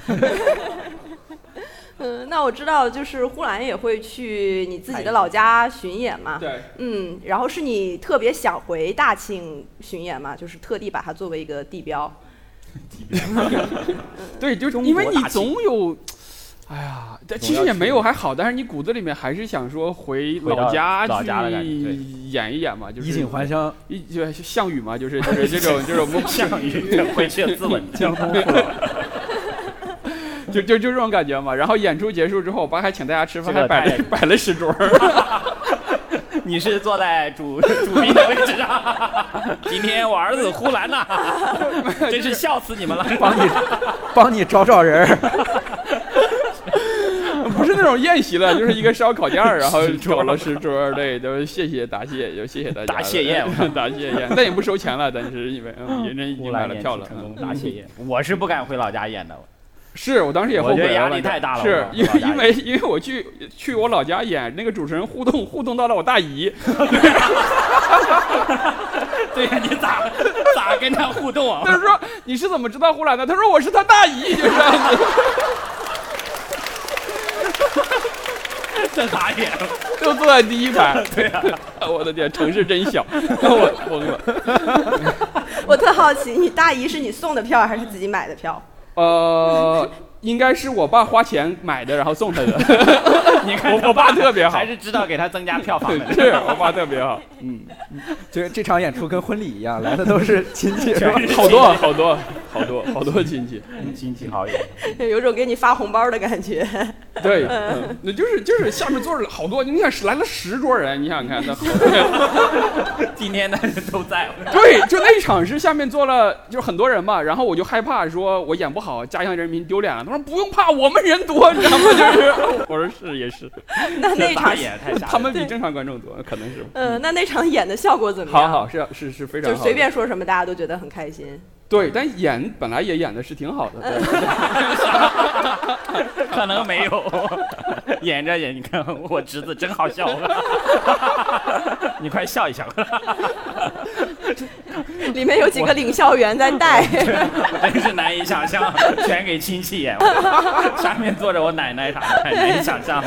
Speaker 2: 嗯，那我知道，就是呼兰也会去你自己的老家巡演嘛。
Speaker 3: 对，
Speaker 2: 嗯，然后是你特别想回大庆巡演嘛，就是特地把它作为一个地标。
Speaker 3: 对，就是
Speaker 4: 中
Speaker 3: 因为
Speaker 4: 国
Speaker 3: 你
Speaker 4: 大气
Speaker 3: 总有，哎呀，但
Speaker 4: 总
Speaker 3: 其实
Speaker 4: 要
Speaker 3: 也
Speaker 4: 去
Speaker 3: 没有还好，但是你骨子里面还是想说回
Speaker 4: 回到
Speaker 3: 家
Speaker 4: 老家的感觉
Speaker 3: 去
Speaker 4: 对
Speaker 3: 演一演嘛，就是
Speaker 5: 衣锦还乡，
Speaker 3: 一就项羽 嘛，就是就是这种这种梦想，
Speaker 4: 项羽回去自刎。
Speaker 5: 江东父老。
Speaker 3: 就就就这种感觉嘛。然后演出结束之后，我爸还请大家吃 饭，
Speaker 4: 这
Speaker 3: 还
Speaker 4: 个
Speaker 3: 摆
Speaker 4: 太
Speaker 3: 了摆了十桌。
Speaker 4: 你是坐在主主宾的位置上。今天我儿子呼兰 呐，真是笑死你们了。
Speaker 5: 帮你帮你找找人儿，
Speaker 3: 不是那种宴席了，就是一个烧烤店儿， 然后走了十桌，对，就是谢谢答谢，就谢谢大家了，
Speaker 4: 答谢 宴我
Speaker 3: 答谢宴，但也不收钱了，但是因为嗯人家已经
Speaker 4: 呼
Speaker 3: 买
Speaker 4: 兰
Speaker 3: 了
Speaker 4: 演
Speaker 3: 票
Speaker 4: 出
Speaker 3: 了，
Speaker 4: 成
Speaker 3: 嗯
Speaker 4: 功，答谢宴。我是不敢回老家演的，
Speaker 3: 是我当时也后
Speaker 4: 我觉
Speaker 3: 悔
Speaker 4: 得
Speaker 3: 了，
Speaker 4: 压力
Speaker 3: 完全
Speaker 4: 太大了
Speaker 3: 是
Speaker 4: 我
Speaker 3: 因为
Speaker 4: 老家
Speaker 3: 因为因为我去去我老家演，那个主持人互动互动到了我大姨，
Speaker 4: 对呀，你咋咋跟他互动啊？
Speaker 3: 他说你是怎么知道呼兰的？他说我是他大姨，就这样子，
Speaker 4: 这咋演？
Speaker 3: 就坐在第一排。对啊呀、 我的天，城市真小， 我疯了。
Speaker 2: 我特好奇，你大姨是你送的票还是自己买的票？
Speaker 3: 呃，应该是我爸花钱买的，然后送他的。
Speaker 4: 你看
Speaker 3: 我我爸特别好
Speaker 4: 还是知道给他增加票房的，
Speaker 3: 是我爸特别好，
Speaker 5: 就是这场演出跟婚礼一样，来的都是亲戚，是吧
Speaker 4: 全是
Speaker 3: 好多好多好多好多亲戚。
Speaker 4: 亲戚好友。
Speaker 2: 有种给你发红包的感觉。
Speaker 3: 对，嗯那就是就是下面坐着好多，你想来了十桌人，你想想看，那好多。
Speaker 4: 今天的都在，
Speaker 3: 对，就那一场是下面坐了就是很多人嘛，然后我就害怕说我演不好，家乡人民丢脸了。他说不用怕，我们人多，你知道吗？就是 我说是也是，
Speaker 2: 那那
Speaker 4: 大
Speaker 2: 场，
Speaker 4: 演太吓人了。
Speaker 3: 他们比正常观众多，可能是。
Speaker 2: 呃，那那场演的效果怎么
Speaker 3: 好
Speaker 2: 样？
Speaker 3: 好是是是非常
Speaker 2: 就
Speaker 3: 好
Speaker 2: 是
Speaker 3: 的，
Speaker 2: 随便说什么，大家都觉得很开心。
Speaker 3: 对，但演本来也演的是挺好的，对
Speaker 4: 嗯可能没有， 演着演，你看我侄子真好笑，啊你快笑一笑，
Speaker 2: 里面有几个领笑员在带，
Speaker 4: 真是难以想象，全给亲戚演，下面坐着我奶奶啥的，难以想象。啊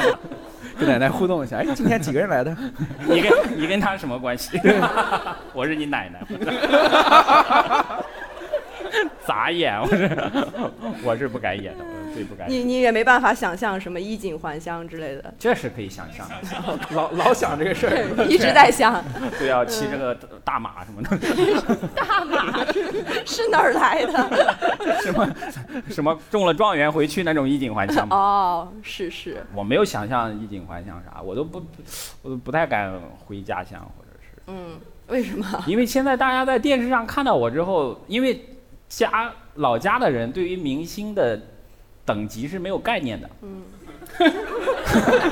Speaker 5: 跟奶奶互动一下。哎，今天几个人来的？
Speaker 4: 你跟你跟他什么关系？我是你奶奶，咋演？我是我是不敢演的，我是最不敢演。
Speaker 2: 你你也没办法想象什么衣锦还乡之类的，
Speaker 4: 这是可以想象的，
Speaker 5: 老老想这个事儿。
Speaker 2: 一直在想
Speaker 4: 对啊，骑这个大马什么的，
Speaker 2: 大 马是是哪儿来的？
Speaker 4: 什么 什么中了状元回去那种衣锦还乡嘛。
Speaker 2: 哦，是是，
Speaker 4: 我没有想象衣锦还乡啥，我都不，我都不太敢回家乡，或者是
Speaker 2: 嗯，为什 么？
Speaker 4: 因为现在大家在电视上看到我之后，因为家老家的人对于明星的等级是没有概念的，嗯，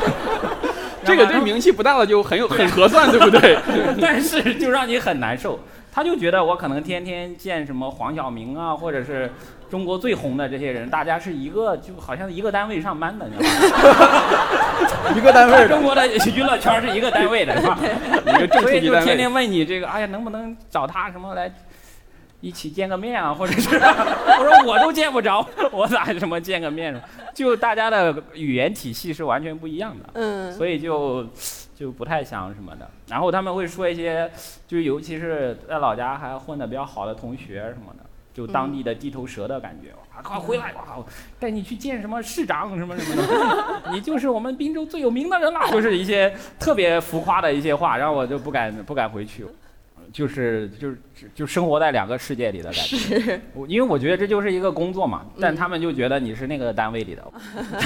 Speaker 3: 这个对，名气不大的就很有很合算，对 不对？
Speaker 4: 但是就让你很难受，他就觉得我可能天天见什么黄晓明啊，或者是中国最红的这些人，大家是一个就好像一个单位上班的，你知道吗？
Speaker 5: 一个单位的
Speaker 4: 中国的娱乐圈是一个单位的，是吧？
Speaker 3: 一个正
Speaker 4: 所
Speaker 3: 处
Speaker 4: 以
Speaker 3: 级
Speaker 4: 就
Speaker 3: 单
Speaker 4: 天
Speaker 3: 位，
Speaker 4: 天问你这个，哎呀，能不能找他什么来一起见个面啊？或者是 我说我都见不着，我咋什么见个面？就大家的语言体系是完全不一样的，
Speaker 2: 嗯，
Speaker 4: 所以就就不太想什么的。然后他们会说一些，就是尤其是在老家还混得比较好的同学什么的，就当地的地头蛇的感觉。哇，快回来！哇，我带你去见什么市长什么什么的，你 就是我们滨州最有名的人了。就是一些特别浮夸的一些话，然后我就不敢不敢回去。就是就是就生活在两个世界里的感觉，
Speaker 2: 是
Speaker 4: 我因为我觉得这就是一个工作嘛，但
Speaker 2: 嗯
Speaker 4: 他们就觉得你是那个单位里的，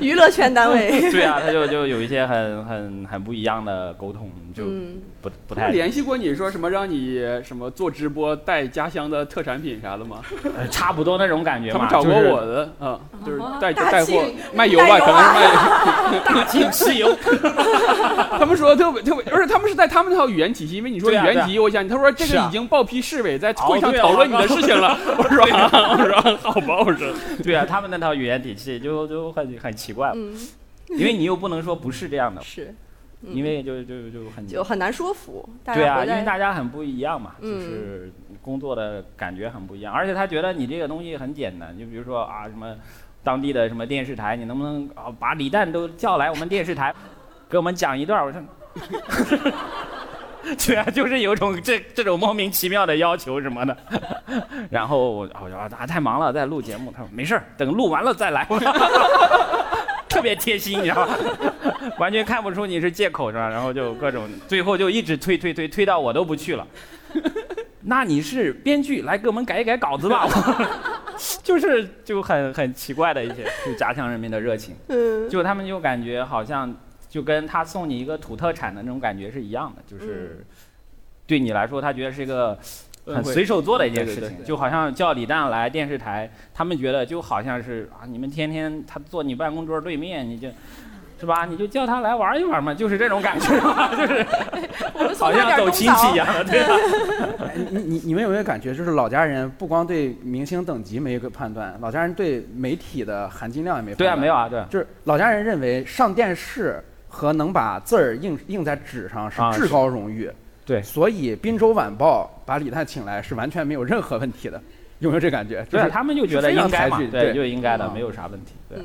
Speaker 2: 娱乐圈单 位。
Speaker 4: 对啊，他就就有一些很很很不一样的沟通， 就
Speaker 2: 嗯，
Speaker 4: 不不
Speaker 3: 他们
Speaker 4: 太
Speaker 3: 联系过你说什么让你什么做直播带家乡的特产品啥的吗？
Speaker 4: 呃差不多那种感觉
Speaker 3: 他
Speaker 4: 嘛。
Speaker 3: 们找过
Speaker 4: 就是
Speaker 3: 我的，嗯，就是
Speaker 4: 哦
Speaker 3: 带
Speaker 2: 大
Speaker 3: 带货
Speaker 2: 庆
Speaker 3: 卖油吧，
Speaker 2: 带油
Speaker 3: 可
Speaker 4: 啊
Speaker 3: 能是卖油。
Speaker 4: 大庆 石
Speaker 3: 哦
Speaker 4: 油，
Speaker 3: 他们说特别特别，而且他们是在他们那套语言体系，因为你说语
Speaker 4: 对啊
Speaker 3: 言体系，我想他说这
Speaker 4: 是
Speaker 3: 个
Speaker 4: 啊
Speaker 3: 已经报批市委在会
Speaker 4: 哦
Speaker 3: 上
Speaker 4: 对啊
Speaker 3: 讨论你的事 情了。我说啊我说啊好吧，我说
Speaker 4: 对啊，他们那套语言体系就就很很奇怪，
Speaker 2: 嗯，
Speaker 4: 因为你又不能说不是这样的，
Speaker 2: 是，嗯
Speaker 4: 因为就就就很
Speaker 2: 就很难说服大
Speaker 4: 对
Speaker 2: 家
Speaker 4: 啊，
Speaker 2: 回
Speaker 4: 因为
Speaker 2: 来。
Speaker 4: 大家很不一样嘛，就
Speaker 2: 嗯
Speaker 4: 是工作的感觉很不一样，而且他觉得你这个东西很简单，就比如说啊什么当地的什么电视台，你能不能啊把李诞都叫来我们电视台，给我们讲一段儿？我说， 对啊，就是有种这这种莫名其妙的要求什么的。 然后我我说啊太忙了，在录节目。他说没事儿，等录完了再来。 特别贴心，你知道吗？完全看不出你是借口是吧？然后就各种，最后就一直推推推推到我都不去了。 那你是编剧来给我们改一改稿子吧？ 就是就很很奇怪的一些，就家乡人民的热情，
Speaker 2: 嗯，
Speaker 4: 就他们就感觉好像就跟他送你一个土特产的那种感觉是一样的，就是对你来说，他觉得是一个很随手做的一件事
Speaker 3: 对对
Speaker 4: 情，
Speaker 3: 对
Speaker 4: 就好像叫李诞来电视台，他们觉得就好像是啊，你们天天他坐你办公桌对面，你就是吧，你就叫他来玩一玩嘛，就是这种感觉嘛，就是
Speaker 2: 我们送
Speaker 4: 好
Speaker 2: 他
Speaker 4: 像
Speaker 2: 点
Speaker 4: 走
Speaker 2: 中
Speaker 4: 亲戚一样的，对吧？
Speaker 5: 哎你你你们有没有感觉，就是老家人不光对明星等级没有一个判断，老家人对媒体的含金量也没 判
Speaker 4: 对啊，
Speaker 5: 断
Speaker 4: 没有啊，对啊，
Speaker 5: 就是老家人认为上电视和能把字儿印印在纸上是
Speaker 4: 啊
Speaker 5: 至高荣誉。
Speaker 4: 对
Speaker 5: 所以《滨州晚报》把李诞请来是完全没有任何问题的，有没有这感觉？就
Speaker 4: 对啊，
Speaker 5: 是
Speaker 4: 他们就觉得
Speaker 5: 非常
Speaker 4: 应该嘛
Speaker 5: 才，俊
Speaker 4: 对，
Speaker 5: 对
Speaker 4: 就应该的，
Speaker 5: 嗯
Speaker 4: 没有啥问题，对。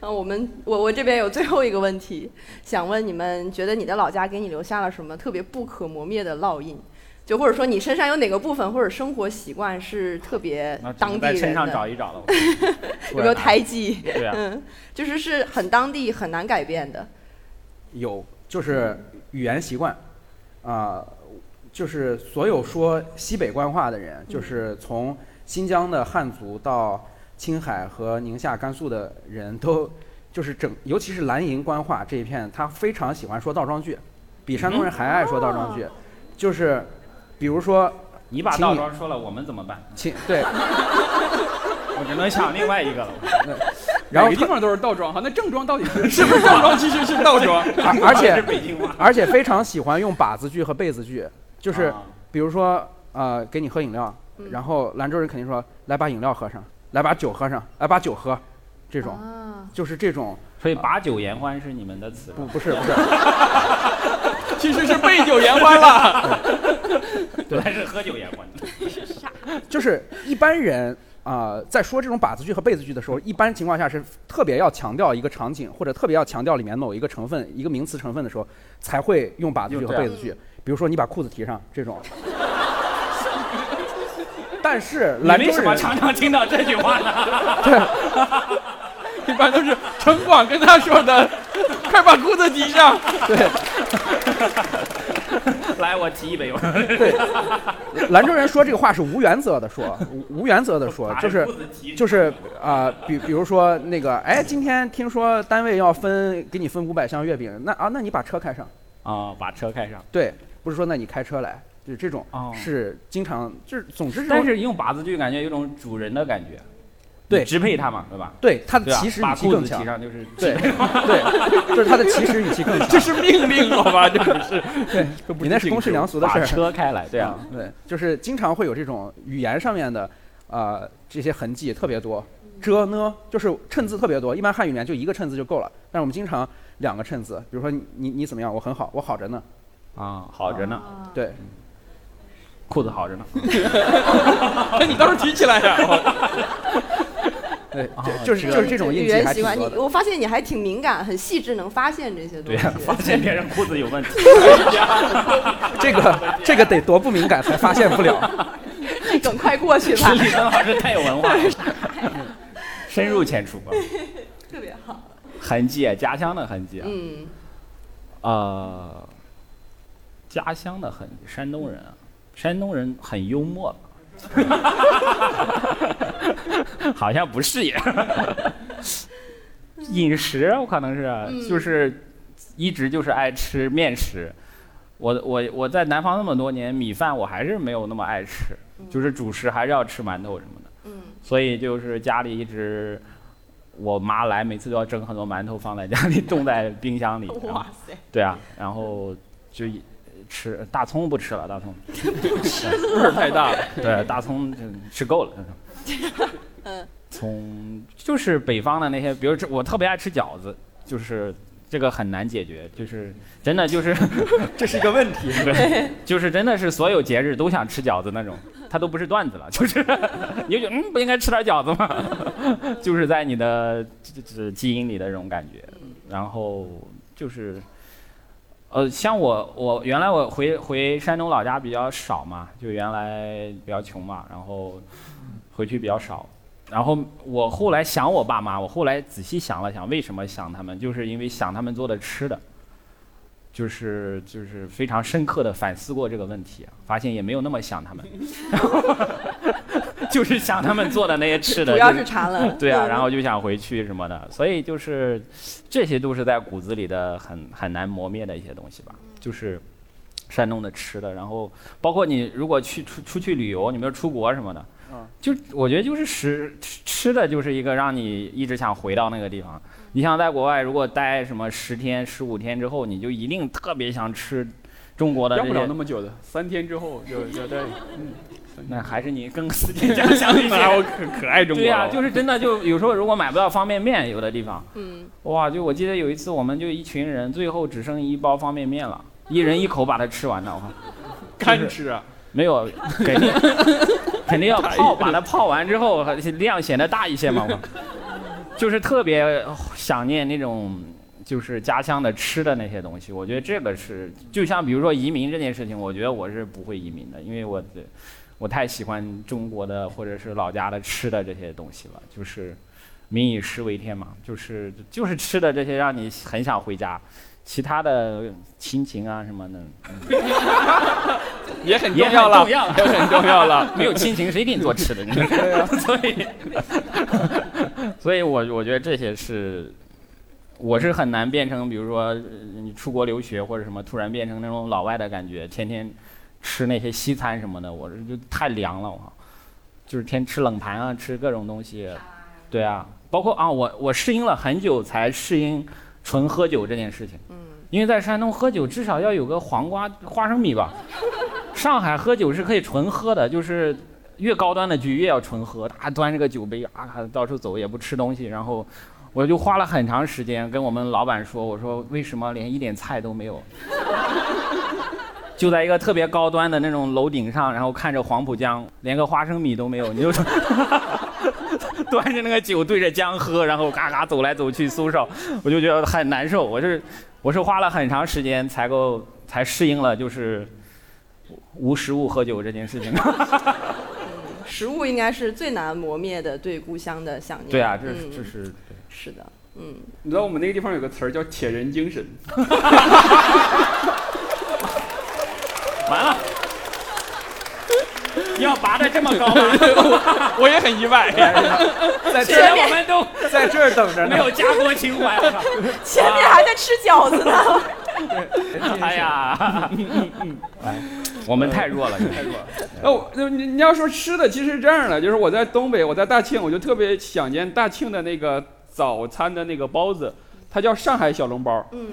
Speaker 2: 那我们我我这边有最后一个问题，想问你们，觉得你的老家给你留下了什么特别不可磨灭的烙印？就或者说你身上有哪个部分或者生活习惯是特别
Speaker 4: 那只能
Speaker 2: 当
Speaker 4: 在
Speaker 2: 地
Speaker 4: 身
Speaker 2: 人
Speaker 4: 上
Speaker 2: 的？
Speaker 4: 找一找了，
Speaker 2: 有没有胎记？
Speaker 4: 对啊，
Speaker 2: 嗯，就是是很当地很难改变的。
Speaker 5: 有，就是语言习惯，啊、就是所有说西北官话的人，就是从新疆的汉族到青海和宁夏、甘肃的人都，就是整，尤其是兰营官话这一片，他非常喜欢说倒装句，比山东人还爱说倒装句，就是，比如说，
Speaker 4: 你把
Speaker 5: 请
Speaker 4: 倒
Speaker 5: 你
Speaker 4: 装说了，我们怎么办？
Speaker 5: 请对，
Speaker 4: 我只能想另外一个了。啊
Speaker 5: 然后
Speaker 3: 每个地方都是倒装哈，那正装到底是 是不是正装？其实是 倒装。
Speaker 5: 而而
Speaker 4: 是
Speaker 5: 且
Speaker 4: 北京话，
Speaker 5: 而且非常喜欢用把子句和被子句，就是
Speaker 4: 啊
Speaker 5: 比如说呃，给你喝饮料，
Speaker 2: 嗯
Speaker 5: 然后兰州人肯定说来把饮料喝上，来把酒喝上，来把酒喝，这种、
Speaker 2: 啊，
Speaker 5: 就是这种
Speaker 4: 所以把酒言欢是你们的词。
Speaker 5: 不不是不 是，
Speaker 3: 其实是背酒言欢了。
Speaker 4: 对，还是喝酒言欢。
Speaker 5: 就是一般人啊、呃在说这种把子句和被子句的时
Speaker 3: 嗯
Speaker 5: 候，一般情况下是特别要强调一个场景，或者特别要强调里面某一个成分、一个名词成分的时候，才会用把子句和被子句。比如说你把裤子提上 这种。但是
Speaker 4: 你
Speaker 5: 兰州
Speaker 4: 为什么
Speaker 5: 人啊
Speaker 4: 常常听到这句话呢？
Speaker 3: 一般都是城管跟他说的， 快把裤子提上。
Speaker 4: 来，我提一杯吧。
Speaker 5: 兰州人说这个话是无原则的说，无无原则的
Speaker 4: 哎
Speaker 5: 说，就是就是啊、比比如说那个，哎，今天听说单位要分给你分五百箱月饼，那啊，那你把车开上，
Speaker 4: 啊，把车开上。
Speaker 5: 对，不是说那你开车来，就是这种，
Speaker 4: 哦
Speaker 5: 是经常就是总之这
Speaker 4: 但
Speaker 5: 种，
Speaker 4: 是用把子句感觉有种主人的感觉，
Speaker 5: 对
Speaker 4: 你支配他嘛，对吧？
Speaker 5: 对他
Speaker 4: 对
Speaker 5: 的
Speaker 4: 啊
Speaker 5: 起始语
Speaker 4: 把
Speaker 5: 气
Speaker 4: 裤
Speaker 5: 更
Speaker 4: 子
Speaker 5: 强
Speaker 4: 提，上 就是
Speaker 5: 对对，就是他的起始语气更强，
Speaker 3: 这是命令，好吧？这不是，
Speaker 5: 对
Speaker 3: 这不
Speaker 5: 你那
Speaker 3: 是
Speaker 5: 是公
Speaker 3: 请
Speaker 5: 事
Speaker 3: 求
Speaker 5: 良俗的事
Speaker 4: 把
Speaker 5: 儿，
Speaker 4: 车开来，对啊。
Speaker 5: 对，就是经常会有这种语言上面的呃这些痕迹特别多。遮呢，就是衬字特别多，一般汉语里面就一个衬字就够了，但是我们经常两个衬字，比如说你你你怎么样，我很好，我好着呢，
Speaker 4: 啊，好着呢，
Speaker 2: 啊
Speaker 5: 对，
Speaker 4: 裤子好着呢。哎
Speaker 3: 那你倒是提起来呀、
Speaker 5: 对，
Speaker 4: 哦
Speaker 5: 就就是
Speaker 4: 这
Speaker 5: 就是啊这种
Speaker 2: 语
Speaker 5: 印记
Speaker 2: 言
Speaker 5: 还
Speaker 2: 习
Speaker 5: 挺
Speaker 2: 惯，你
Speaker 5: 多的。
Speaker 2: 我发现你还挺敏感，很细致，能发现这些东
Speaker 4: 对
Speaker 2: 西。
Speaker 4: 发现别人裤子有问题，
Speaker 5: 这个这个得多不敏感才发现不了。
Speaker 2: 这梗快过去 吧，
Speaker 4: 李森老师太有 文化了，深入浅出啊，
Speaker 2: 特别好。
Speaker 4: 痕迹啊，家乡的痕迹啊，
Speaker 2: 嗯，
Speaker 4: 呃，家乡的痕迹，山东人啊，山东人很幽默吧 好像不是也。饮食啊我可能是就是一直就是爱吃面食，我我我在南方那么多年，米饭我还是没有那么爱吃，就是主食还是要吃馒头什么的。
Speaker 2: 嗯，
Speaker 4: 所以就是家里一直。我妈来，每次都要蒸很多馒头放在家里，冻在冰箱里。然后
Speaker 2: 哇塞，
Speaker 4: 对啊，然后就一吃大葱不吃了，大葱
Speaker 3: 味儿太大了。
Speaker 4: 对大葱就吃够了。
Speaker 2: 嗯，
Speaker 4: 葱就是北方的那些，比如这我特别爱吃饺子，就是这个很难解决，就是真的就是这是一个问题，对，就是真的是所有节日都想吃饺子那种，它都不是段子了，就是 你就觉得嗯不应该吃点饺子吗？就是在你的这这基因里的这种感觉，然后就是呃，像我，我原来我回回山东老家比较少嘛，就原来比较穷嘛，然后回去比较少。然后我后来想我爸妈，我后来仔细想了想，为什么想他们，就是因为想他们做的吃的，就是就是非常深刻的反思过这个问题、啊，发现也没有那么想他们， 就是想他们做的那些吃的，
Speaker 2: 主要
Speaker 4: 就是
Speaker 2: 馋了。
Speaker 4: 对啊，
Speaker 2: 嗯
Speaker 4: 然后就想回去什么的，所以就是这些都是在骨子里的很很难磨灭的一些东西吧，就是山东的吃的，然后包括你如果去出出去旅游，你比如出国什么的
Speaker 5: 嗯，
Speaker 4: 就我觉得就是吃吃吃的就是一个让你一直想回到那个地方。
Speaker 3: 嗯
Speaker 4: 你像在国外如果待什么十天十五天之后，你就一定特别想吃中国的
Speaker 3: 要
Speaker 4: 这
Speaker 3: 不了那
Speaker 4: 些，
Speaker 3: 么久的，三天之后就就对，嗯，
Speaker 4: 那还是你更思 念家乡一些。
Speaker 3: 那我可可爱中国
Speaker 4: 对呀、
Speaker 3: 了，
Speaker 4: 就是真的，就有时候如果买不到方便面，有的地方。
Speaker 2: 嗯，
Speaker 4: 哇，就我记得有一次，我们就一群人，最后只剩一包方便面了，一人一口把它吃完了。我靠，
Speaker 3: 干吃啊，
Speaker 4: 没有，肯定肯定要泡，把它泡完之后量显得大一些嘛。我靠就是特别想念那种就是家乡的吃的那些东西。我觉得这个是，就像比如说移民这件事情，我觉得我是不会移民的，因为我的我太喜欢中国的或者是老家的吃的这些东西了，就是民以食为天嘛，就是就是吃的这些让你很想回家。其他的亲情啊什么的
Speaker 3: 也很
Speaker 4: 也
Speaker 3: 重
Speaker 4: 很
Speaker 3: 要了，
Speaker 4: 重要了
Speaker 3: 也很重要了。
Speaker 4: 没有亲情，谁给你做吃 的？你啊说所以，所以我我觉得这些是，我是很难变成，比如说呃你出国留学或者什么，突然变成那种老外的感觉，天天吃那些西餐什么的，我这就太凉了，我靠，就是天吃冷盘啊，吃各种东西，对啊，包括啊，我我适应了很久才适应纯喝酒这件事情，因为在山东喝酒至少要有个黄瓜花生米吧。上海喝酒是可以纯喝的，就是越高端的局越要纯喝，大家端着个酒杯啊，到处走也不吃东西。然后我就花了很长时间跟我们老板说，我说为什么连一点菜都没有？就在一个特别高端的那种楼顶上，然后看着黄浦江，连个花生米都没有，你就 端着那个酒对着江喝，然后嘎嘎走来走去搜手，我就觉得很难受。我是我是花了很长时间才够才适应了，就是无食物喝酒这件 事情。
Speaker 2: 食物应该是最难磨灭的对故乡的想念。
Speaker 4: 对啊，这
Speaker 2: 嗯
Speaker 4: 这是
Speaker 2: 是的，嗯，
Speaker 3: 你知道我们那个地方有个词儿叫“铁人精神
Speaker 4: 完了， 要拔的这么高吗？”，
Speaker 3: 我也很 意外。
Speaker 5: 在
Speaker 4: 之
Speaker 5: 这
Speaker 4: 前
Speaker 5: 儿
Speaker 4: 我们都
Speaker 5: 在这儿等着 呢
Speaker 4: 没。有家国情怀。 我靠
Speaker 2: 前面还在吃饺子呢。
Speaker 4: 哎 呀，哎我们太弱了，
Speaker 3: 嗯
Speaker 4: 太弱。
Speaker 3: 那我哦那你你要说吃的，其实是这样的，就是我在东北，我在大庆，我就特别想念大庆的那个早餐的那个包子，它叫上海小笼包，
Speaker 2: 嗯，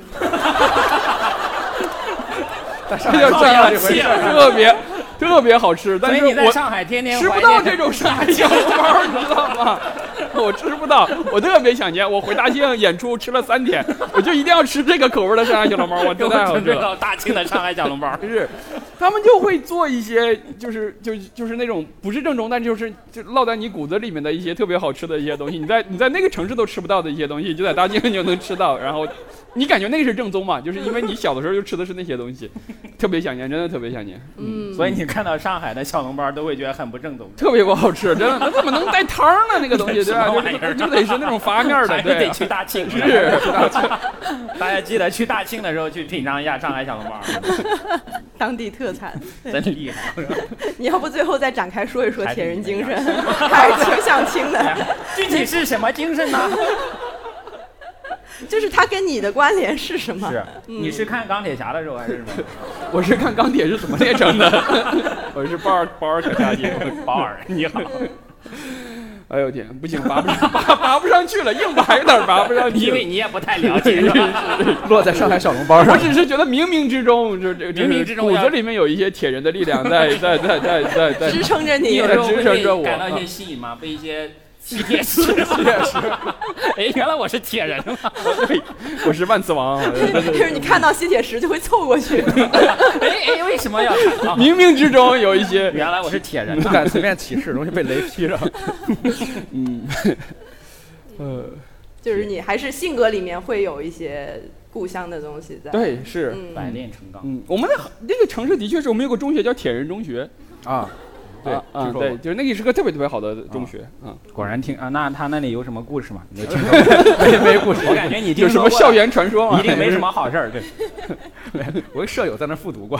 Speaker 3: 它
Speaker 5: 在上
Speaker 3: 叫
Speaker 5: 海
Speaker 3: 上
Speaker 4: 太
Speaker 3: 海
Speaker 4: 洋气了
Speaker 3: 特别特别好吃，
Speaker 4: 所
Speaker 3: 但
Speaker 4: 以
Speaker 3: 是
Speaker 4: 你在
Speaker 3: 我
Speaker 4: 上海天天
Speaker 3: 吃
Speaker 4: 怀
Speaker 3: 不
Speaker 4: 念
Speaker 3: 到这种上海小笼包，你知道吗？我吃不到，我特别想念。我回大庆演出吃了三天，我就一定要吃这个口味的上海小笼包，我
Speaker 4: 给
Speaker 3: 真
Speaker 4: 我
Speaker 3: 太好
Speaker 4: 准
Speaker 3: 吃
Speaker 4: 备
Speaker 3: 了。
Speaker 4: 到大庆的上海小笼包。
Speaker 3: 就是，他们就会做一些就是就就是那种不是正宗，但就是就烙在你骨子里面的一些特别好吃的一些东西。你在你在那个城市都吃不到的一些东西，就在大庆就能吃到。然后你感觉那个是正宗嘛？就是因为你小的时候就吃的是那些东西，特别想念，真的特别想念，
Speaker 2: 嗯，
Speaker 4: 所以你看到上海的小笼包都会觉得很不正宗，
Speaker 3: 特别不好吃，真的。那怎么能带汤儿呢？那个东西对吧？
Speaker 4: 什么
Speaker 3: 就
Speaker 4: 玩意儿
Speaker 3: 就就得是那种发面儿的，
Speaker 4: 还是
Speaker 3: 对
Speaker 4: 得
Speaker 3: 啊，
Speaker 4: 去大庆。
Speaker 3: 是
Speaker 4: 大家记得去大庆的时候去品尝一下上海小笼 包，
Speaker 2: 当地特产。
Speaker 4: 真厉害。
Speaker 2: 你要不最后再展开说一说铁人精神，还是
Speaker 4: 还
Speaker 2: 挺想听的，
Speaker 4: 具体是什么精神呢？
Speaker 2: 就是它跟你的关联是什么？
Speaker 4: 是，
Speaker 3: 嗯
Speaker 4: 你是看钢铁侠的时候还是什么？
Speaker 3: 我是看钢铁是怎么炼成的， 我是包尔包尔可 下街。
Speaker 4: 宝儿，你 好，
Speaker 3: 哎呦天，不行，拔不上，拔拔不上去了，硬拔有点拔不上去
Speaker 4: 因
Speaker 3: 了
Speaker 4: 为。你也不太了解，是 吧？
Speaker 5: 落在上海小笼包
Speaker 3: 我
Speaker 5: 上。
Speaker 3: 只是觉得冥冥之中，就这
Speaker 4: 冥冥之中
Speaker 3: 骨
Speaker 4: 要
Speaker 3: 子里面有一些铁人的力量在在在在在在。
Speaker 2: 支撑着
Speaker 4: 你
Speaker 2: 你
Speaker 4: 有。时候会
Speaker 3: 支撑着我
Speaker 4: 被感到一些吸引吗？被一些铁石， 铁石。 哎，原来我是铁人嘛！
Speaker 3: 我是万磁王，
Speaker 2: 就是你看到吸铁石就会凑过去，
Speaker 4: 哎哎，为什么要？ 啊
Speaker 3: 冥冥之中有一 些。
Speaker 4: 原来我是铁人
Speaker 5: 不
Speaker 4: 啊。
Speaker 5: 敢随便歧视，容易被雷劈着。
Speaker 3: 呃，
Speaker 2: 就是你还是性格里面会有一些故乡的东西在。，
Speaker 3: 对，是，
Speaker 4: 百
Speaker 2: 嗯，
Speaker 4: 炼成钢。
Speaker 3: 嗯，我们那那个城市的确是我们有个中学叫铁人中学，
Speaker 5: 啊，对
Speaker 3: 啊，啊
Speaker 5: 听说
Speaker 3: 对，
Speaker 5: 过
Speaker 3: 就是那个是个特别特别好的中学，啊，
Speaker 4: 果然听啊，那他那里有什么故事 吗？你有听说
Speaker 5: 没没 故事。
Speaker 4: 我感觉你
Speaker 3: 有
Speaker 4: 听
Speaker 3: 什
Speaker 4: 说
Speaker 3: 么
Speaker 4: 过
Speaker 3: 校园传说吗？
Speaker 4: 一定没什么好事儿。对，
Speaker 5: 我一舍友在那儿复读过，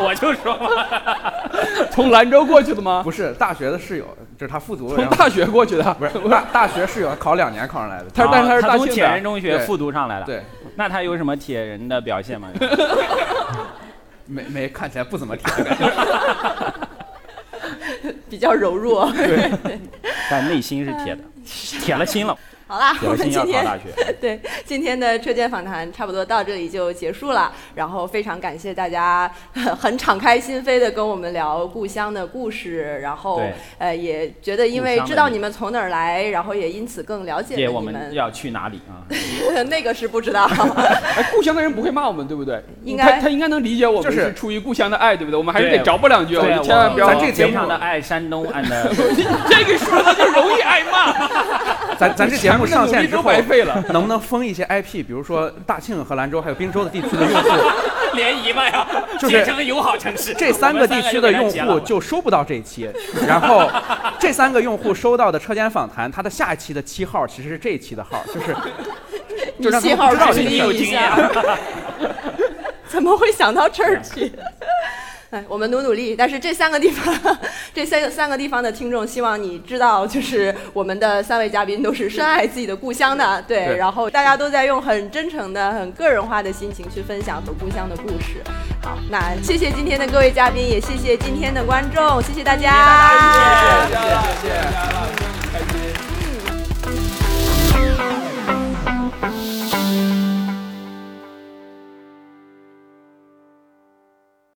Speaker 4: 我就说嘛，
Speaker 3: 从兰州过去的吗？
Speaker 5: 不是大学的室友，就是他复读，
Speaker 3: 啊从
Speaker 5: 然后
Speaker 3: 大学过去的，
Speaker 5: 不是大大学室友考两年考上来的。
Speaker 3: 他是但是
Speaker 4: 他
Speaker 3: 是大
Speaker 4: 从
Speaker 3: 庆
Speaker 4: 铁人
Speaker 3: 的，
Speaker 4: 中学
Speaker 5: 对
Speaker 4: 复读上来的。，
Speaker 5: 对，
Speaker 4: 那他有什么铁人的表现吗？
Speaker 5: 没没看起来不怎么甜的感觉。
Speaker 2: 比较柔 弱。
Speaker 4: 但内心是铁的， 铁了心了，
Speaker 2: 好啦，嗯
Speaker 4: 铁
Speaker 2: 我
Speaker 4: 了
Speaker 2: 们
Speaker 4: 心要
Speaker 2: 今
Speaker 4: 考
Speaker 2: 天
Speaker 4: 大学。
Speaker 2: 对，今天的车间访谈差不多到这里就结束了。然后非常感谢大家呃很敞开心扉的跟我们聊故乡的故事，然后
Speaker 4: 对
Speaker 2: 呃也觉得因
Speaker 4: 故
Speaker 2: 为
Speaker 4: 乡的
Speaker 2: 知道
Speaker 4: 历
Speaker 2: 你们从哪儿来，然后也因此更了解
Speaker 4: 姐，
Speaker 2: 了
Speaker 4: 我
Speaker 2: 你
Speaker 4: 们要去哪里啊？
Speaker 2: 那个是不知道，
Speaker 3: 哎，故乡的人不会骂我们，对不对？
Speaker 2: 应该
Speaker 3: 他他应该能理解我们
Speaker 5: 就是
Speaker 3: 是出于故乡的爱，对不对？我们还是得
Speaker 4: 对
Speaker 3: 找补两句，啊我
Speaker 4: 对，
Speaker 3: 们千万不要
Speaker 5: 咱这个节目
Speaker 4: 非常的爱 山东 and
Speaker 3: 这个说的就容易挨骂，
Speaker 5: 咱咱这节目上线之
Speaker 3: 都
Speaker 5: 后，
Speaker 3: 白费了。
Speaker 5: 能不能封一些 IP，比如说大庆和兰州还有滨州的地区的用户，
Speaker 4: 联谊嘛呀，
Speaker 5: 就是
Speaker 4: 结成友好城市。
Speaker 5: 这三个地区的用户
Speaker 4: 就
Speaker 5: 就收不到这一期。 然后这三个用户收到的车间访谈，它的下一期的七号其实是这一期的号，就是就让他
Speaker 2: 信
Speaker 5: 们
Speaker 2: 号
Speaker 5: 知道
Speaker 2: 注
Speaker 5: 这
Speaker 4: 你
Speaker 2: 意
Speaker 5: 个
Speaker 4: 有
Speaker 2: 一
Speaker 4: 经
Speaker 2: 下
Speaker 4: 验。
Speaker 2: 怎么会想到这儿去？哎，我们努努力，但是这三个地方，这三三个地方的听众，希望你知道，就是我们的三位嘉宾都是深爱自己的故乡的，对，
Speaker 5: 对
Speaker 2: 然后大家都在用很真诚的、很个人化的心情去分享和故乡的故事。好，那谢谢今天的各位嘉宾，也谢谢今天的观众，谢谢大家。
Speaker 3: 谢谢谢谢。